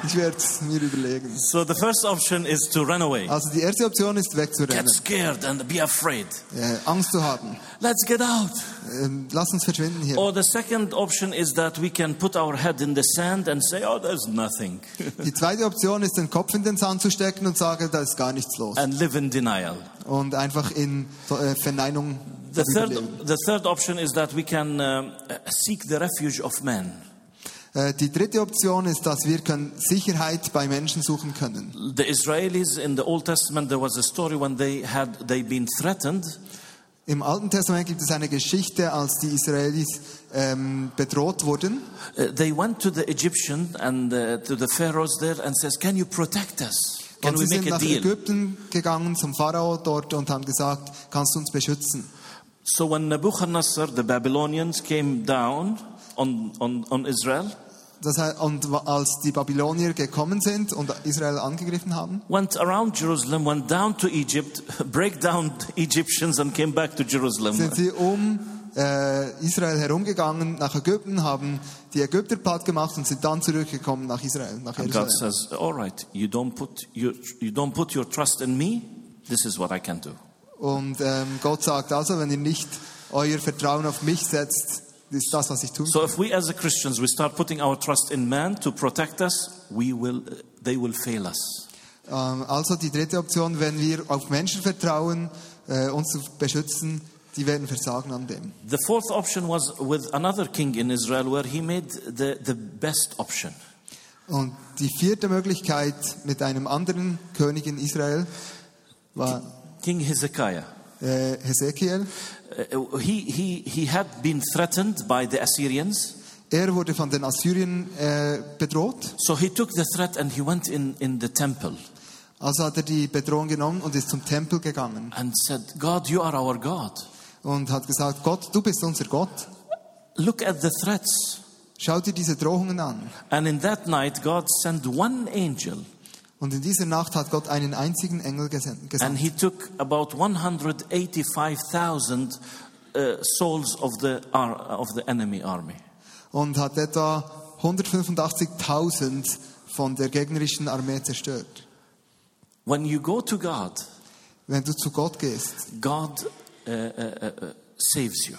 [SPEAKER 2] ich werd's mir überlegen.
[SPEAKER 3] So the first option is to run away.
[SPEAKER 2] Also die erste Option ist
[SPEAKER 3] Get
[SPEAKER 2] wegzurennen,
[SPEAKER 3] scared and be afraid.
[SPEAKER 2] äh, Angst zu haben.
[SPEAKER 3] Let's get out.
[SPEAKER 2] Ähm, lass uns verschwinden hier.
[SPEAKER 3] Or the second option is that we can put our head in the sand and say, oh, there's nothing,
[SPEAKER 2] Die zweite Option ist, den Kopf in den Sand zu stecken und sagen, da ist gar nichts los.
[SPEAKER 3] and live in denial.
[SPEAKER 2] Und einfach in so- äh, Verneinung
[SPEAKER 3] The
[SPEAKER 2] überleben.
[SPEAKER 3] third, the third option is that we can um, uh, seek the refuge of men.
[SPEAKER 2] Äh, die dritte Option ist, dass wir können Sicherheit bei Menschen suchen können.
[SPEAKER 3] The Israelis in the Old Testament, there was a story when they had they been threatened,
[SPEAKER 2] Im Alten Testament gibt es eine Geschichte, als die Israelis ähm, bedroht wurden.
[SPEAKER 3] uh, they went to the Egyptian and uh, to the pharaohs there and says, "Can you protect us? Can
[SPEAKER 2] Und
[SPEAKER 3] we
[SPEAKER 2] sie
[SPEAKER 3] make
[SPEAKER 2] sind
[SPEAKER 3] a
[SPEAKER 2] nach
[SPEAKER 3] deal?"
[SPEAKER 2] Ägypten gegangen zum Pharao dort und haben gesagt, kannst du uns beschützen?
[SPEAKER 3] So when Nebuchadnezzar, the Babylonians, came down on, on, on Israel,
[SPEAKER 2] Das heißt, und wa- als die Babylonier gekommen sind und Israel angegriffen haben,
[SPEAKER 3] went around Jerusalem, went down to Egypt, break down Egyptians, and came back to Jerusalem.
[SPEAKER 2] sind sie um äh, Israel herumgegangen nach Ägypten, haben die Ägypter platt gemacht und sind dann zurückgekommen nach Israel, nach
[SPEAKER 3] And God
[SPEAKER 2] Jerusalem.
[SPEAKER 3] says, "All right, you don't put your, you don't put your trust in me. This is what I can do."
[SPEAKER 2] Und ähm, Gott sagt also, wenn ihr nicht euer Vertrauen auf mich setzt, ist das, was ich tun
[SPEAKER 3] So if we, as a Christians, we start putting our trust in man to protect us, we will, they will fail us.
[SPEAKER 2] Ähm, Also die dritte Option, wenn wir auf Menschen vertrauen, äh, uns zu beschützen, die werden versagen an dem.
[SPEAKER 3] The fourth option was with another king in Israel, where he made the, the best option.
[SPEAKER 2] Und die vierte Möglichkeit mit einem anderen König in Israel war
[SPEAKER 3] King Hezekiah.
[SPEAKER 2] äh, Hesekiel.
[SPEAKER 3] Uh, he, he, he had been threatened by the Assyrians,
[SPEAKER 2] Er wurde von den Assyrien äh, bedroht,
[SPEAKER 3] so he took the threat and he went in, in the temple
[SPEAKER 2] also hat er die Bedrohung genommen und ist zum Tempel gegangen
[SPEAKER 3] and said, God, you are our God.
[SPEAKER 2] und hat gesagt, Gott, du bist unser Gott.
[SPEAKER 3] Look at the threats.
[SPEAKER 2] Schau dir diese Drohungen an.
[SPEAKER 3] And in that night, God sent one angel
[SPEAKER 2] Und in dieser Nacht hat Gott einen einzigen Engel gesen-
[SPEAKER 3] and
[SPEAKER 2] gesandt.
[SPEAKER 3] he took about 185,000 uh, souls of the, ar- of the enemy army.
[SPEAKER 2] und hat etwa 185.000 von der gegnerischen Armee zerstört.
[SPEAKER 3] When you go to God,
[SPEAKER 2] Wenn du zu Gott gehst,
[SPEAKER 3] God uh, uh, uh, uh, saves you.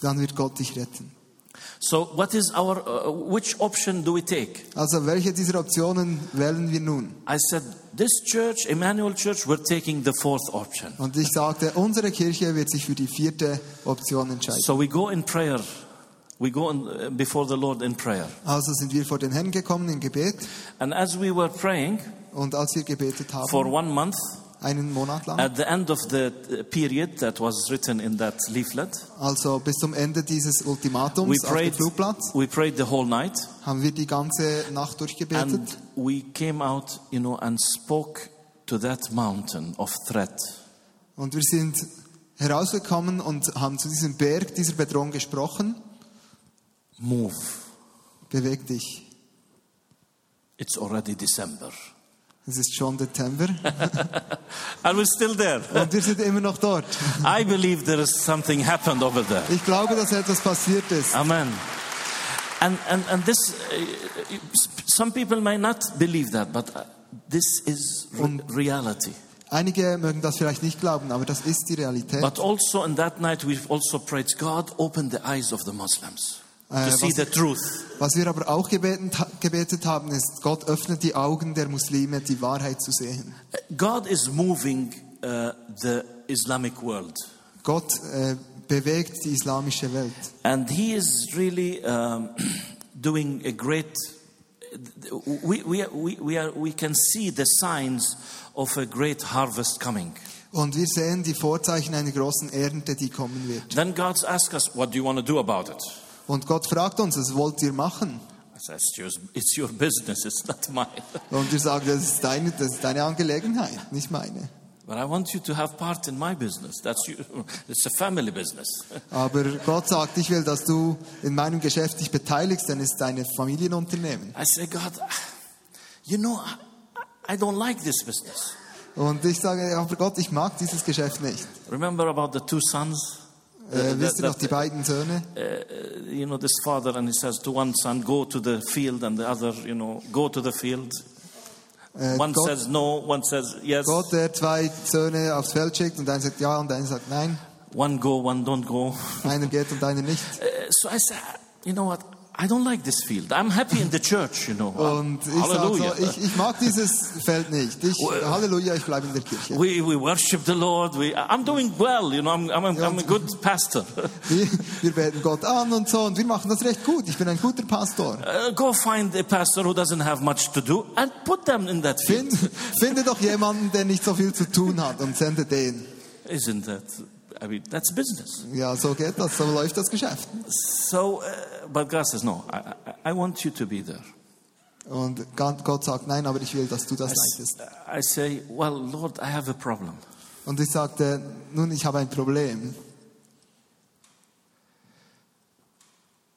[SPEAKER 2] dann wird Gott dich retten.
[SPEAKER 3] So, what is our, uh, which option do we take?
[SPEAKER 2] Also welche dieser Optionen wählen wir nun?
[SPEAKER 3] I said, this church, Emmanuel Church, we're taking the fourth option.
[SPEAKER 2] Und ich sagte, unsere Kirche wird sich für die vierte Option entscheiden.
[SPEAKER 3] So we go in prayer. We go in, uh, before the Lord in prayer.
[SPEAKER 2] Also sind wir vor den Herrn gekommen im Gebet
[SPEAKER 3] And as we were praying
[SPEAKER 2] und als wir gebetet
[SPEAKER 3] for
[SPEAKER 2] haben,
[SPEAKER 3] one month,
[SPEAKER 2] einen Monat lang,
[SPEAKER 3] at the end of the uh, period that was written in that leaflet,
[SPEAKER 2] also bis zum Ende dieses
[SPEAKER 3] we
[SPEAKER 2] Ultimatums auf dem
[SPEAKER 3] prayed,
[SPEAKER 2] Flugplatz,
[SPEAKER 3] we prayed the whole night.
[SPEAKER 2] haben wir die ganze Nacht
[SPEAKER 3] And
[SPEAKER 2] durchgebetet
[SPEAKER 3] we came out, you know, and spoke to that mountain of threat.
[SPEAKER 2] und wir sind herausgekommen und haben zu diesem Berg, dieser Bedrohung gesprochen
[SPEAKER 3] Move.
[SPEAKER 2] Beweg dich.
[SPEAKER 3] It's already December.
[SPEAKER 2] Es ist schon Dezember
[SPEAKER 3] And we're still there.
[SPEAKER 2] und wir sind immer noch dort.
[SPEAKER 3] I believe there is something happened over there.
[SPEAKER 2] Ich glaube, dass etwas passiert ist.
[SPEAKER 3] Amen. And, and, and this, uh, some people may not believe that, but uh, this is re- reality.
[SPEAKER 2] Einige mögen das vielleicht nicht glauben, aber das ist die Realität.
[SPEAKER 3] But also in that night, we also prayed, God, open the eyes of the Muslims
[SPEAKER 2] Uh,
[SPEAKER 3] to see
[SPEAKER 2] was-
[SPEAKER 3] the truth.
[SPEAKER 2] Was wir aber auch gebeten, gebetet haben, ist, Gott öffnet die Augen der Muslime, die Wahrheit zu sehen.
[SPEAKER 3] God is moving uh, the Islamic world.
[SPEAKER 2] Gott äh, bewegt die islamische Welt.
[SPEAKER 3] And he is really um, doing a great. We, we, we, we, are, we can see the signs of a great harvest coming.
[SPEAKER 2] Und wir sehen die Vorzeichen einer großen Ernte, die kommen wird.
[SPEAKER 3] Then God asks us, What do you want to do about it?
[SPEAKER 2] Und Gott fragt uns, was wollt ihr machen?
[SPEAKER 3] I said, it's your, it's your business, it's not mine.
[SPEAKER 2] Und wir sagen, das ist deine, das ist deine Angelegenheit, nicht meine.
[SPEAKER 3] But I want you to have part in my business. That's you. It's a family business.
[SPEAKER 2] Aber Gott sagt, ich will, dass du in meinem Geschäft dich beteiligst, denn es ist dein Familienunternehmen.
[SPEAKER 3] I say, God, you know, I, I don't like this business.
[SPEAKER 2] Und ich sage, aber Gott, ich mag dieses Geschäft nicht.
[SPEAKER 3] Remember about the two sons?
[SPEAKER 2] Äh, wisst ihr noch
[SPEAKER 3] that-
[SPEAKER 2] die beiden Söhne?
[SPEAKER 3] you know, this father, and he says to one son, go to the field, and the other, you know, go to the field.
[SPEAKER 2] Äh,
[SPEAKER 3] One
[SPEAKER 2] Gott,
[SPEAKER 3] says no, one says yes.
[SPEAKER 2] Gott, der zwei Söhne aufs Feld schickt und einer sagt ja und einer sagt nein.
[SPEAKER 3] One go, one don't go.
[SPEAKER 2] Einer geht und einer nicht.
[SPEAKER 3] Uh, so I said, you know what? I don't like this field. I'm happy in the church, you know.
[SPEAKER 2] Und ich sage
[SPEAKER 3] Hallelujah.
[SPEAKER 2] so, ich, ich mag dieses Feld nicht. Ich, Halleluja, ich bleibe in der Kirche.
[SPEAKER 3] we, we worship the Lord. We, I'm doing well, you know. I'm, I'm, I'm, a good pastor.
[SPEAKER 2] Wir, wir beten Gott an und so und wir machen das recht gut. Ich bin ein guter Pastor.
[SPEAKER 3] Uh, go find a pastor who doesn't have much to do and put them in that field.
[SPEAKER 2] Find, finde doch jemanden, der nicht so viel zu tun hat und sende den.
[SPEAKER 3] Isn't that? I mean, that's business.
[SPEAKER 2] Ja, so geht das, so läuft das Geschäft.
[SPEAKER 3] So, uh, but God says, no, I, I, I want you to be there.
[SPEAKER 2] Und Gott Gott sagt, nein, aber ich will, dass du das leitest.
[SPEAKER 3] I say, well, Lord, I have a problem.
[SPEAKER 2] Und ich sagte, nun, ich habe ein Problem.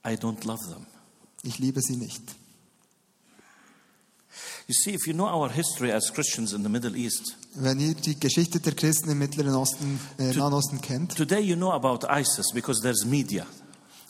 [SPEAKER 3] I don't love them.
[SPEAKER 2] Ich liebe sie nicht.
[SPEAKER 3] You see, if you know our history as Christians in the Middle East,
[SPEAKER 2] Wenn ihr die Geschichte der Christen im Mittleren Osten, äh, Nahen Osten kennt,
[SPEAKER 3] today you know about ISIS because there's media.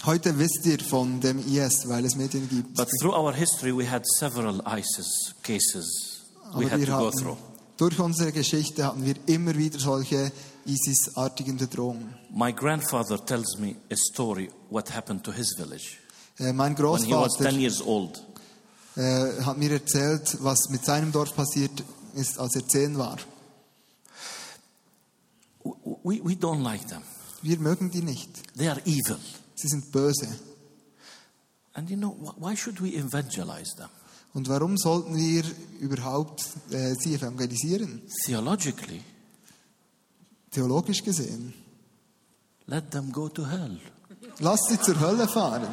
[SPEAKER 2] heute wisst ihr von dem IS, weil es Medien gibt.
[SPEAKER 3] But through our history, we had several ISIS cases we
[SPEAKER 2] Aber
[SPEAKER 3] had to
[SPEAKER 2] wir
[SPEAKER 3] go
[SPEAKER 2] hatten,
[SPEAKER 3] through.
[SPEAKER 2] durch unsere Geschichte hatten wir immer wieder solche ISIS-artigen Bedrohungen.
[SPEAKER 3] My grandfather tells me a story what happened to his village
[SPEAKER 2] Äh, mein
[SPEAKER 3] when he was 10
[SPEAKER 2] Großvater
[SPEAKER 3] years old.
[SPEAKER 2] äh, hat mir erzählt, was mit seinem Dorf passiert ist, als er zehn war.
[SPEAKER 3] W- We, we don't like them.
[SPEAKER 2] Wir mögen die nicht.
[SPEAKER 3] They are evil.
[SPEAKER 2] Sie sind böse.
[SPEAKER 3] And you know, wh- why should we evangelize them?
[SPEAKER 2] Und warum sollten wir überhaupt äh, sie evangelisieren?
[SPEAKER 3] Theologically,
[SPEAKER 2] Theologisch gesehen.
[SPEAKER 3] let them go to hell.
[SPEAKER 2] Lasst sie zur Hölle fahren.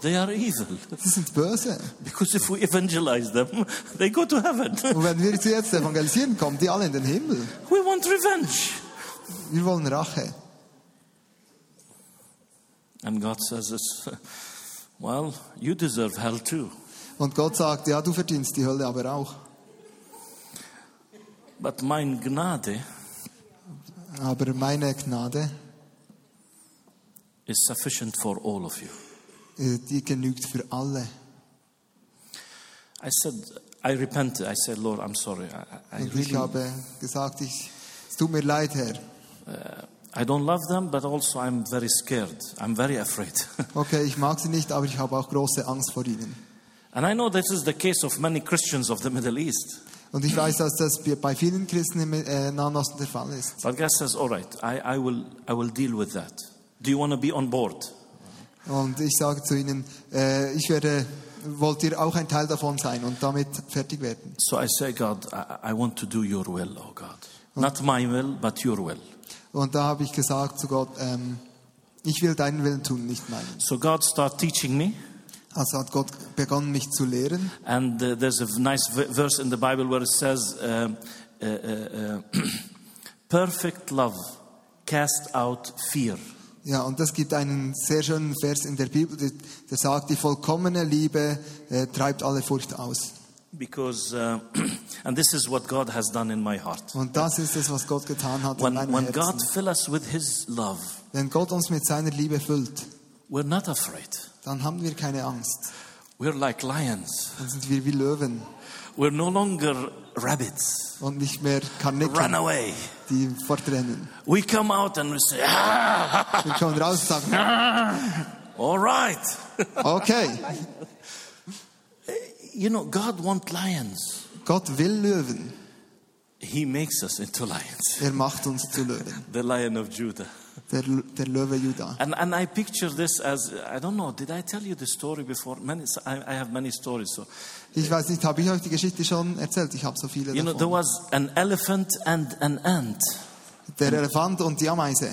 [SPEAKER 3] They are evil.
[SPEAKER 2] Sie sind böse.
[SPEAKER 3] Because if we evangelize them, they go to heaven.
[SPEAKER 2] Und wenn wir sie jetzt evangelisieren, kommen die alle in den Himmel.
[SPEAKER 3] We want revenge.
[SPEAKER 2] Wir wollen Rache.
[SPEAKER 3] And God says, it's, Well, you deserve hell too.
[SPEAKER 2] Und Gott sagt, ja, du verdienst die Hölle aber auch.
[SPEAKER 3] But mein Gnade
[SPEAKER 2] Aber meine Gnade,
[SPEAKER 3] is sufficient for all of you.
[SPEAKER 2] äh, die genügt für alle.
[SPEAKER 3] I said, I repent. I said, Lord, I'm sorry. I, I
[SPEAKER 2] Und ich
[SPEAKER 3] really,
[SPEAKER 2] habe gesagt, ich, es tut mir leid, Herr.
[SPEAKER 3] I don't love them, but also I'm very scared. I'm very afraid.
[SPEAKER 2] Okay, ich mag sie nicht, aber ich habe auch große Angst vor ihnen.
[SPEAKER 3] and I know this is the case of many Christians of the Middle East.
[SPEAKER 2] Und ich weiß, dass das bei vielen Christen im äh, Nahen Osten der Fall ist.
[SPEAKER 3] But God says, All right, I, I, will, I will deal with that. Do you want to be on board?
[SPEAKER 2] Und ich sage zu ihnen, äh, ich werde, wollt ihr auch ein Teil davon sein und damit fertig werden.
[SPEAKER 3] So I say, God, I, I want to do your will, oh God. Not my will, but your will.
[SPEAKER 2] Und da habe ich gesagt zu Gott, ähm, ich will deinen Willen tun, nicht meinen.
[SPEAKER 3] So God started teaching me,
[SPEAKER 2] Also hat Gott begonnen, mich zu lehren.
[SPEAKER 3] and uh, there's a nice v- verse in the Bible where it says, um, uh, uh, uh, Perfect love cast out fear.
[SPEAKER 2] Ja, und das gibt einen sehr schönen Vers in der Bibel, der, der sagt, die vollkommene Liebe äh, treibt alle Furcht aus.
[SPEAKER 3] Because, uh, and this is what God has done in my heart.
[SPEAKER 2] Und das ist es, was Gott getan hat in
[SPEAKER 3] When,
[SPEAKER 2] meinem
[SPEAKER 3] when
[SPEAKER 2] Herzen.
[SPEAKER 3] God fills us with His love,
[SPEAKER 2] Wenn Gott uns mit seiner Liebe füllt,
[SPEAKER 3] we're not afraid.
[SPEAKER 2] dann haben wir keine Angst.
[SPEAKER 3] We're like lions.
[SPEAKER 2] Dann sind wir wie Löwen
[SPEAKER 3] We're no longer rabbits.
[SPEAKER 2] und nicht mehr Karnicken,
[SPEAKER 3] Run away.
[SPEAKER 2] die fortrennen.
[SPEAKER 3] We come out and we say, ah,
[SPEAKER 2] Wir kommen raus und sagen,
[SPEAKER 3] all right.
[SPEAKER 2] okay,
[SPEAKER 3] You know, God wants lions.
[SPEAKER 2] Gott will Löwen.
[SPEAKER 3] He makes us into lions.
[SPEAKER 2] Er macht uns zu Löwen.
[SPEAKER 3] The lion of Judah.
[SPEAKER 2] Der, der Löwe Juda.
[SPEAKER 3] And, and I picture this as I don't know, did I tell you the story before? Many, I, I have many stories. So,
[SPEAKER 2] Ich weiß nicht, habe ich euch die Geschichte schon erzählt? Ich habe so viele
[SPEAKER 3] you know, there
[SPEAKER 2] davon.
[SPEAKER 3] was an elephant and an ant.
[SPEAKER 2] Der Elefant und die Ameise.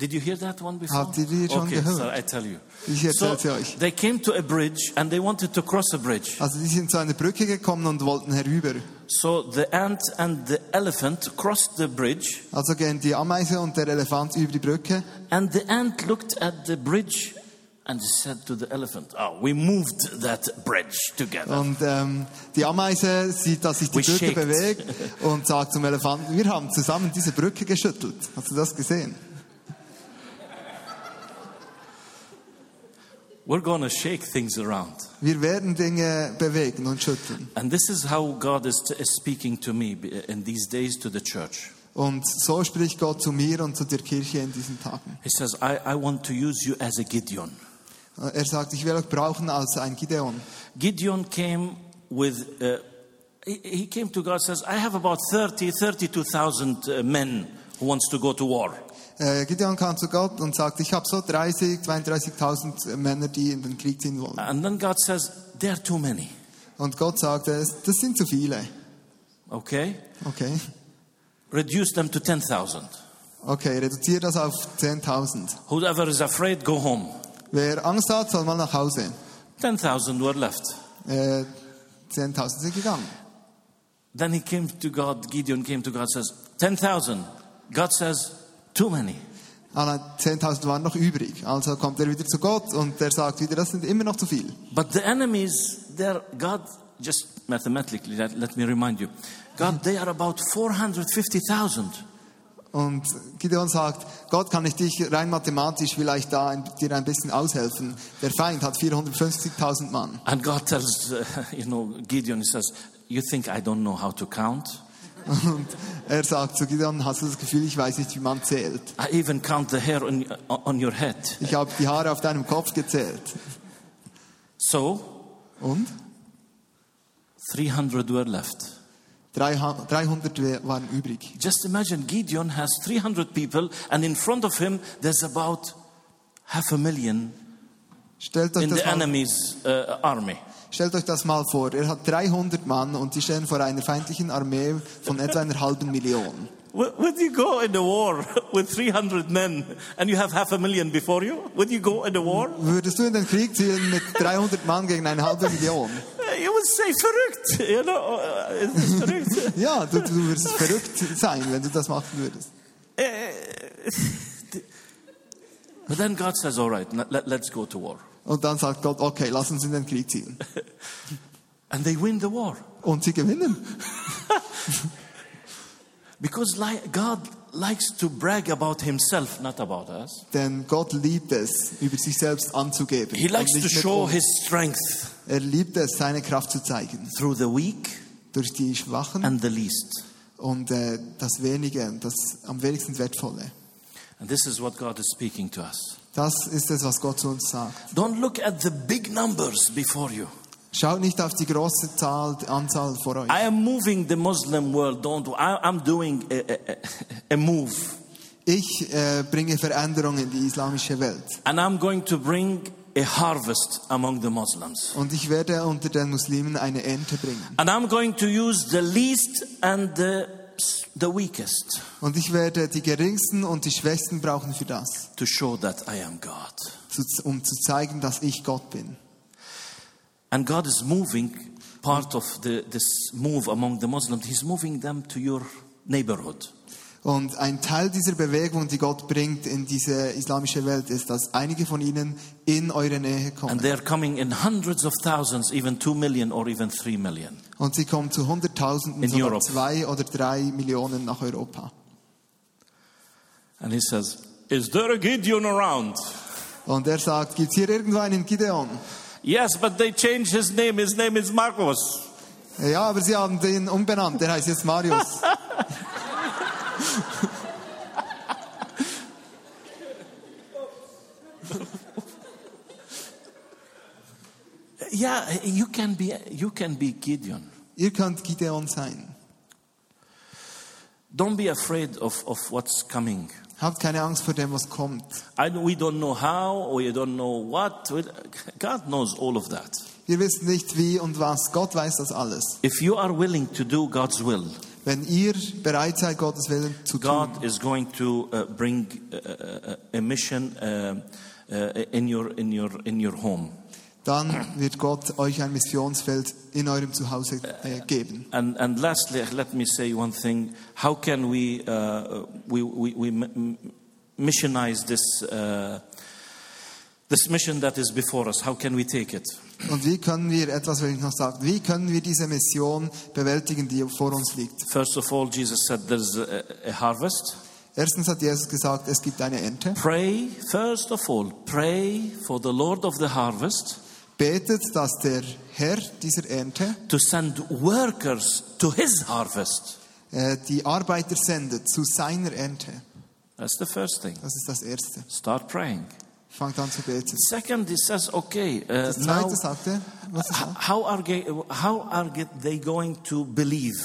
[SPEAKER 3] Did you hear that one before?
[SPEAKER 2] Habt ihr die schon
[SPEAKER 3] okay,
[SPEAKER 2] gehört?
[SPEAKER 3] so I tell you.
[SPEAKER 2] Ich erzähl's
[SPEAKER 3] so
[SPEAKER 2] euch.
[SPEAKER 3] they came to a bridge and they wanted to cross a bridge.
[SPEAKER 2] Also die sind zu einer Brücke gekommen und wollten herüber.
[SPEAKER 3] So the ant and the elephant crossed the bridge,
[SPEAKER 2] Also gehen die Ameise und der Elefant über die Brücke
[SPEAKER 3] and the ant looked at the bridge and said to the elephant, "Oh, we moved that bridge together."
[SPEAKER 2] und ähm, die Ameise sieht, dass sich die
[SPEAKER 3] We
[SPEAKER 2] Brücke
[SPEAKER 3] shaked.
[SPEAKER 2] bewegt und sagt zum Elefanten, wir haben zusammen diese Brücke geschüttelt. Hast du das gesehen?
[SPEAKER 3] We're going to shake things around.
[SPEAKER 2] Wir werden Dinge bewegen und schütteln.
[SPEAKER 3] And this is how God is, is speaking to me in these days to the church.
[SPEAKER 2] Und so spricht Gott zu mir und zu der Kirche in diesen Tagen.
[SPEAKER 3] He says, I, I want to use you as a Gideon.
[SPEAKER 2] Äh, Er sagt, ich will euch brauchen als ein Gideon.
[SPEAKER 3] Gideon came with, uh, he, he came to God says, I have about 30, 32,000 uh, men who wants to go to war.
[SPEAKER 2] Äh, Gideon kam zu Gott und sagt, ich habe so 30, 32.000 Männer, die in den Krieg ziehen wollen.
[SPEAKER 3] And then God says, there are too many.
[SPEAKER 2] Und Gott sagte, "Es- das sind zu viele.
[SPEAKER 3] Okay?
[SPEAKER 2] Okay,
[SPEAKER 3] Reduce them to 10,000.
[SPEAKER 2] okay, reduziere das auf 10.000.
[SPEAKER 3] Whoever is afraid, go home.
[SPEAKER 2] Wer Angst hat, soll mal nach Hause.
[SPEAKER 3] 10,000 were left.
[SPEAKER 2] Äh, 10.000 sind gegangen.
[SPEAKER 3] Then he came to God, Gideon came to God says, 10,000. God says, too many.
[SPEAKER 2] Aber 10.000 Ah, waren noch übrig. Also kommt er wieder zu Gott und er sagt wieder, das sind immer noch zu viel.
[SPEAKER 3] But the enemies, they're God, just mathematically, let, let me remind you, God, they are about 450,000.
[SPEAKER 2] Und Gideon sagt, Gott, kann ich dich rein mathematisch vielleicht da ein, dir ein bisschen aushelfen? Der Feind hat 450.000 Mann.
[SPEAKER 3] And God tells, uh, you know, Gideon, he says, You think I don't know how to count?
[SPEAKER 2] Und er sagt zu Gideon, hast du das Gefühl, ich weiß nicht, wie man zählt?
[SPEAKER 3] I even count the hair on, on your head.
[SPEAKER 2] Ich habe die Haare auf deinem Kopf gezählt.
[SPEAKER 3] So,
[SPEAKER 2] Und?
[SPEAKER 3] 300 were left.
[SPEAKER 2] 300 300 waren übrig.
[SPEAKER 3] Just imagine Gideon has 300 people, and in front of him, there's about half a million
[SPEAKER 2] Stellt euch,
[SPEAKER 3] in
[SPEAKER 2] das
[SPEAKER 3] the
[SPEAKER 2] mal,
[SPEAKER 3] enemy's uh, army.
[SPEAKER 2] stellt euch das mal vor. Er hat 300 Mann und die stehen vor einer feindlichen Armee von etwa einer halben Million.
[SPEAKER 3] Would would you go in the war with 300 men and you have half a million before you? Would you go in the war?
[SPEAKER 2] Würdest du in den Krieg ziehen mit 300 Mann gegen eine halbe Million?
[SPEAKER 3] Uh, You would say, verrückt, you know, uh, is this verrückt?
[SPEAKER 2] Ja, du, du würdest verrückt sein, wenn du das machen würdest.
[SPEAKER 3] But then God says, all right, let, let- let's go to war.
[SPEAKER 2] Und dann sagt Gott, okay, lass uns in den Krieg ziehen.
[SPEAKER 3] And they win the war.
[SPEAKER 2] Und sie gewinnen.
[SPEAKER 3] Because li- God likes to brag about himself, not about us.
[SPEAKER 2] Denn Gott liebt es, über sich selbst anzugeben.
[SPEAKER 3] He likes
[SPEAKER 2] Und
[SPEAKER 3] to
[SPEAKER 2] nicht mit
[SPEAKER 3] show
[SPEAKER 2] uns.
[SPEAKER 3] his strength
[SPEAKER 2] er liebt es, seine Kraft zu zeigen.
[SPEAKER 3] through the weak
[SPEAKER 2] Durch die Schwachen
[SPEAKER 3] and the least.
[SPEAKER 2] und äh, das Wenige, das am wenigsten Wertvolle.
[SPEAKER 3] And this is what God is speaking to us.
[SPEAKER 2] Das ist es, was Gott zu uns sagt.
[SPEAKER 3] Don't look at the big numbers before you.
[SPEAKER 2] Schaut nicht auf die große Zahl, die Anzahl vor euch.
[SPEAKER 3] I am moving the Muslim world. Don't I, I'm doing a, a- a, a move,
[SPEAKER 2] Ich äh, bringe Veränderungen in die islamische Welt.
[SPEAKER 3] and I'm going to bring a harvest among the Muslims.
[SPEAKER 2] Und ich werde unter den Muslimen eine Ernte bringen.
[SPEAKER 3] And I'm going to use the least and the the weakest
[SPEAKER 2] Und ich werde die Geringsten und die Schwächsten brauchen für das,
[SPEAKER 3] to show that I am God.
[SPEAKER 2] zu, um zu zeigen, dass ich Gott bin.
[SPEAKER 3] And God is moving part of the, this move among the Muslims. He's moving them to your neighborhood.
[SPEAKER 2] Und ein Teil dieser Bewegung, die Gott bringt in diese islamische Welt, ist, dass einige von ihnen in eure Nähe
[SPEAKER 3] And
[SPEAKER 2] kommen.
[SPEAKER 3] they're coming in hundreds of thousands, even 2 million or even 3 million.
[SPEAKER 2] Und sie kommen zu Hunderttausenden,
[SPEAKER 3] In
[SPEAKER 2] sogar
[SPEAKER 3] Europe.
[SPEAKER 2] zwei oder drei Millionen nach Europa.
[SPEAKER 3] And he says, Is there a Gideon around?
[SPEAKER 2] Und er sagt, gibt's hier irgendwo einen Gideon?
[SPEAKER 3] Yes, but they changed his name. His name is Marcos.
[SPEAKER 2] Ja, aber sie haben den umbenannt, der heißt jetzt Marius.
[SPEAKER 3] Yeah, you can be, you can be Gideon.
[SPEAKER 2] Ihr könnt Gideon sein.
[SPEAKER 3] Don't be afraid of, of what's coming.
[SPEAKER 2] Habt keine Angst vor dem, was kommt.
[SPEAKER 3] And we don't know how, or we don't know what. We- God knows all of that.
[SPEAKER 2] Wir wissen nicht wie und was. Gott weiß das alles.
[SPEAKER 3] If you are willing to do God's will,
[SPEAKER 2] Wenn ihr bereit seid, Gottes Willen zu tun,
[SPEAKER 3] God is going to uh, bring uh, uh, a mission uh, uh, in, your, in, your, in your home.
[SPEAKER 2] dann wird Gott euch ein Missionsfeld in eurem Zuhause äh, geben.
[SPEAKER 3] And, and lastly, let me say one thing. How can we, uh, we, we, we m- m- missionize this, uh, this mission that is before us? How can we take it?
[SPEAKER 2] Und wie können wir, etwas will ich noch sagen, wie können wir diese Mission bewältigen, die vor uns liegt?
[SPEAKER 3] First of all, Jesus said there's a, a harvest.
[SPEAKER 2] Erstens hat Jesus gesagt, es gibt eine Ernte.
[SPEAKER 3] Pray, first of all, pray for the Lord of the harvest
[SPEAKER 2] Betet, dass der Herr dieser Ernte
[SPEAKER 3] to send workers to his harvest.
[SPEAKER 2] äh, die Arbeiter sendet zu seiner Ernte.
[SPEAKER 3] That's the first thing.
[SPEAKER 2] Das ist das Erste.
[SPEAKER 3] Start praying.
[SPEAKER 2] Fangt an zu beten.
[SPEAKER 3] Second, he says, okay, uh,
[SPEAKER 2] Das
[SPEAKER 3] now
[SPEAKER 2] Zweite sagt er, was ist das?
[SPEAKER 3] how are, ge- how are ge- they going to believe,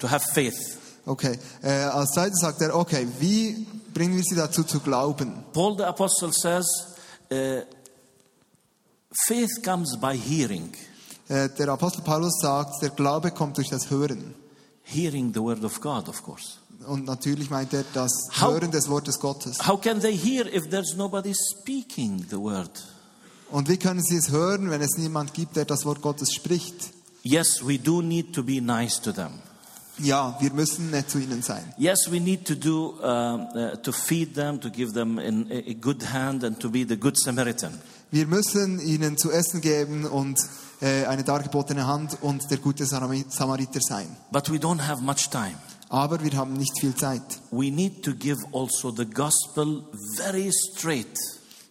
[SPEAKER 3] to have faith?
[SPEAKER 2] Okay, äh, als Zweites sagt er, okay, wie bringen wir sie dazu zu glauben?
[SPEAKER 3] Paul the Apostle says, uh, faith comes by hearing,
[SPEAKER 2] Äh, der Apostel Paulus sagt, der Glaube kommt durch das Hören.
[SPEAKER 3] hearing the word of God, of course.
[SPEAKER 2] Und natürlich meint er das
[SPEAKER 3] How-
[SPEAKER 2] Hören des Wortes Gottes.
[SPEAKER 3] How can they hear if there's nobody speaking the word?
[SPEAKER 2] Und wie können sie es hören, wenn es niemand gibt, der das Wort Gottes spricht?
[SPEAKER 3] Yes, we do need to be nice to them.
[SPEAKER 2] Ja, wir müssen nett zu ihnen sein.
[SPEAKER 3] Yes, we need to do um, uh, to feed them, to give them an, a a good hand, and to be the good Samaritan.
[SPEAKER 2] Wir müssen ihnen zu essen geben und äh, eine dargebotene Hand und der gute Sarami- Samariter sein.
[SPEAKER 3] But we don't have much time.
[SPEAKER 2] Aber wir haben nicht viel Zeit.
[SPEAKER 3] We need to give also the gospel very straight.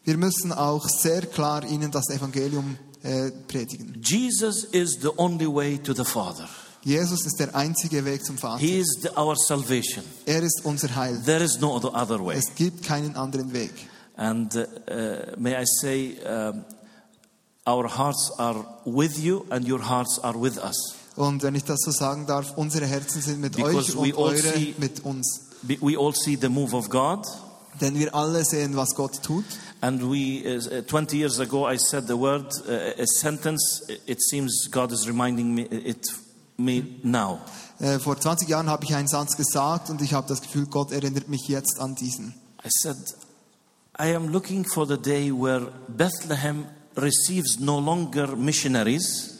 [SPEAKER 2] Wir müssen auch sehr klar ihnen das Evangelium äh, predigen.
[SPEAKER 3] Jesus is the only way to the Father.
[SPEAKER 2] Jesus ist der einzige Weg zum Vater.
[SPEAKER 3] He is the, our salvation.
[SPEAKER 2] Er ist unser Heil.
[SPEAKER 3] There is no other- other way.
[SPEAKER 2] Es gibt keinen anderen Weg.
[SPEAKER 3] And uh, uh, may I say, um, our hearts are with you, and your hearts are with us.
[SPEAKER 2] Und wenn ich das so sagen darf, unsere Herzen sind mit euch
[SPEAKER 3] Because we
[SPEAKER 2] und
[SPEAKER 3] all
[SPEAKER 2] eure
[SPEAKER 3] see-
[SPEAKER 2] mit uns.
[SPEAKER 3] Be- We all see the move of God.
[SPEAKER 2] Denn wir alle sehen, was Gott tut.
[SPEAKER 3] And we, uh, 20 years ago, I said the word, uh, a sentence. It seems God is reminding me it me now.
[SPEAKER 2] Äh, vor 20 Jahren habe ich einen Satz gesagt und ich habe das Gefühl, Gott erinnert mich jetzt an diesen.
[SPEAKER 3] I said, I am looking for the day where Bethlehem receives no longer missionaries,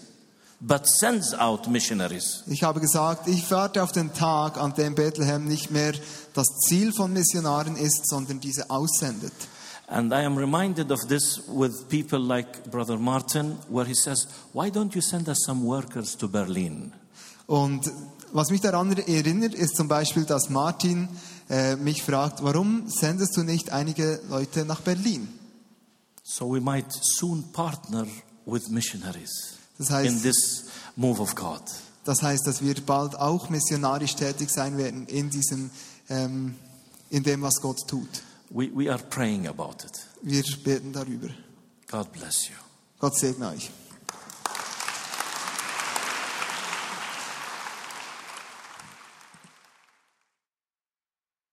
[SPEAKER 3] but sends out missionaries.
[SPEAKER 2] Ich habe gesagt, ich warte auf den Tag, an dem Bethlehem nicht mehr das Ziel von Missionaren ist, sondern diese aussendet.
[SPEAKER 3] And I am reminded of this with people like Brother Martin, where he says, Why don't you send us some workers to Berlin?
[SPEAKER 2] Und was mich daran erinnert, ist zum Beispiel, dass Martin äh, mich fragt, warum sendest du nicht einige Leute nach Berlin?
[SPEAKER 3] So we might soon partner with missionaries
[SPEAKER 2] Das
[SPEAKER 3] in
[SPEAKER 2] heißt,
[SPEAKER 3] this move of God.
[SPEAKER 2] das heißt, dass wir bald auch missionarisch tätig sein werden in diesem, ähm, in dem, was Gott tut.
[SPEAKER 3] We, we are praying about it.
[SPEAKER 2] Wir beten darüber.
[SPEAKER 3] God bless you.
[SPEAKER 2] Gott segne euch.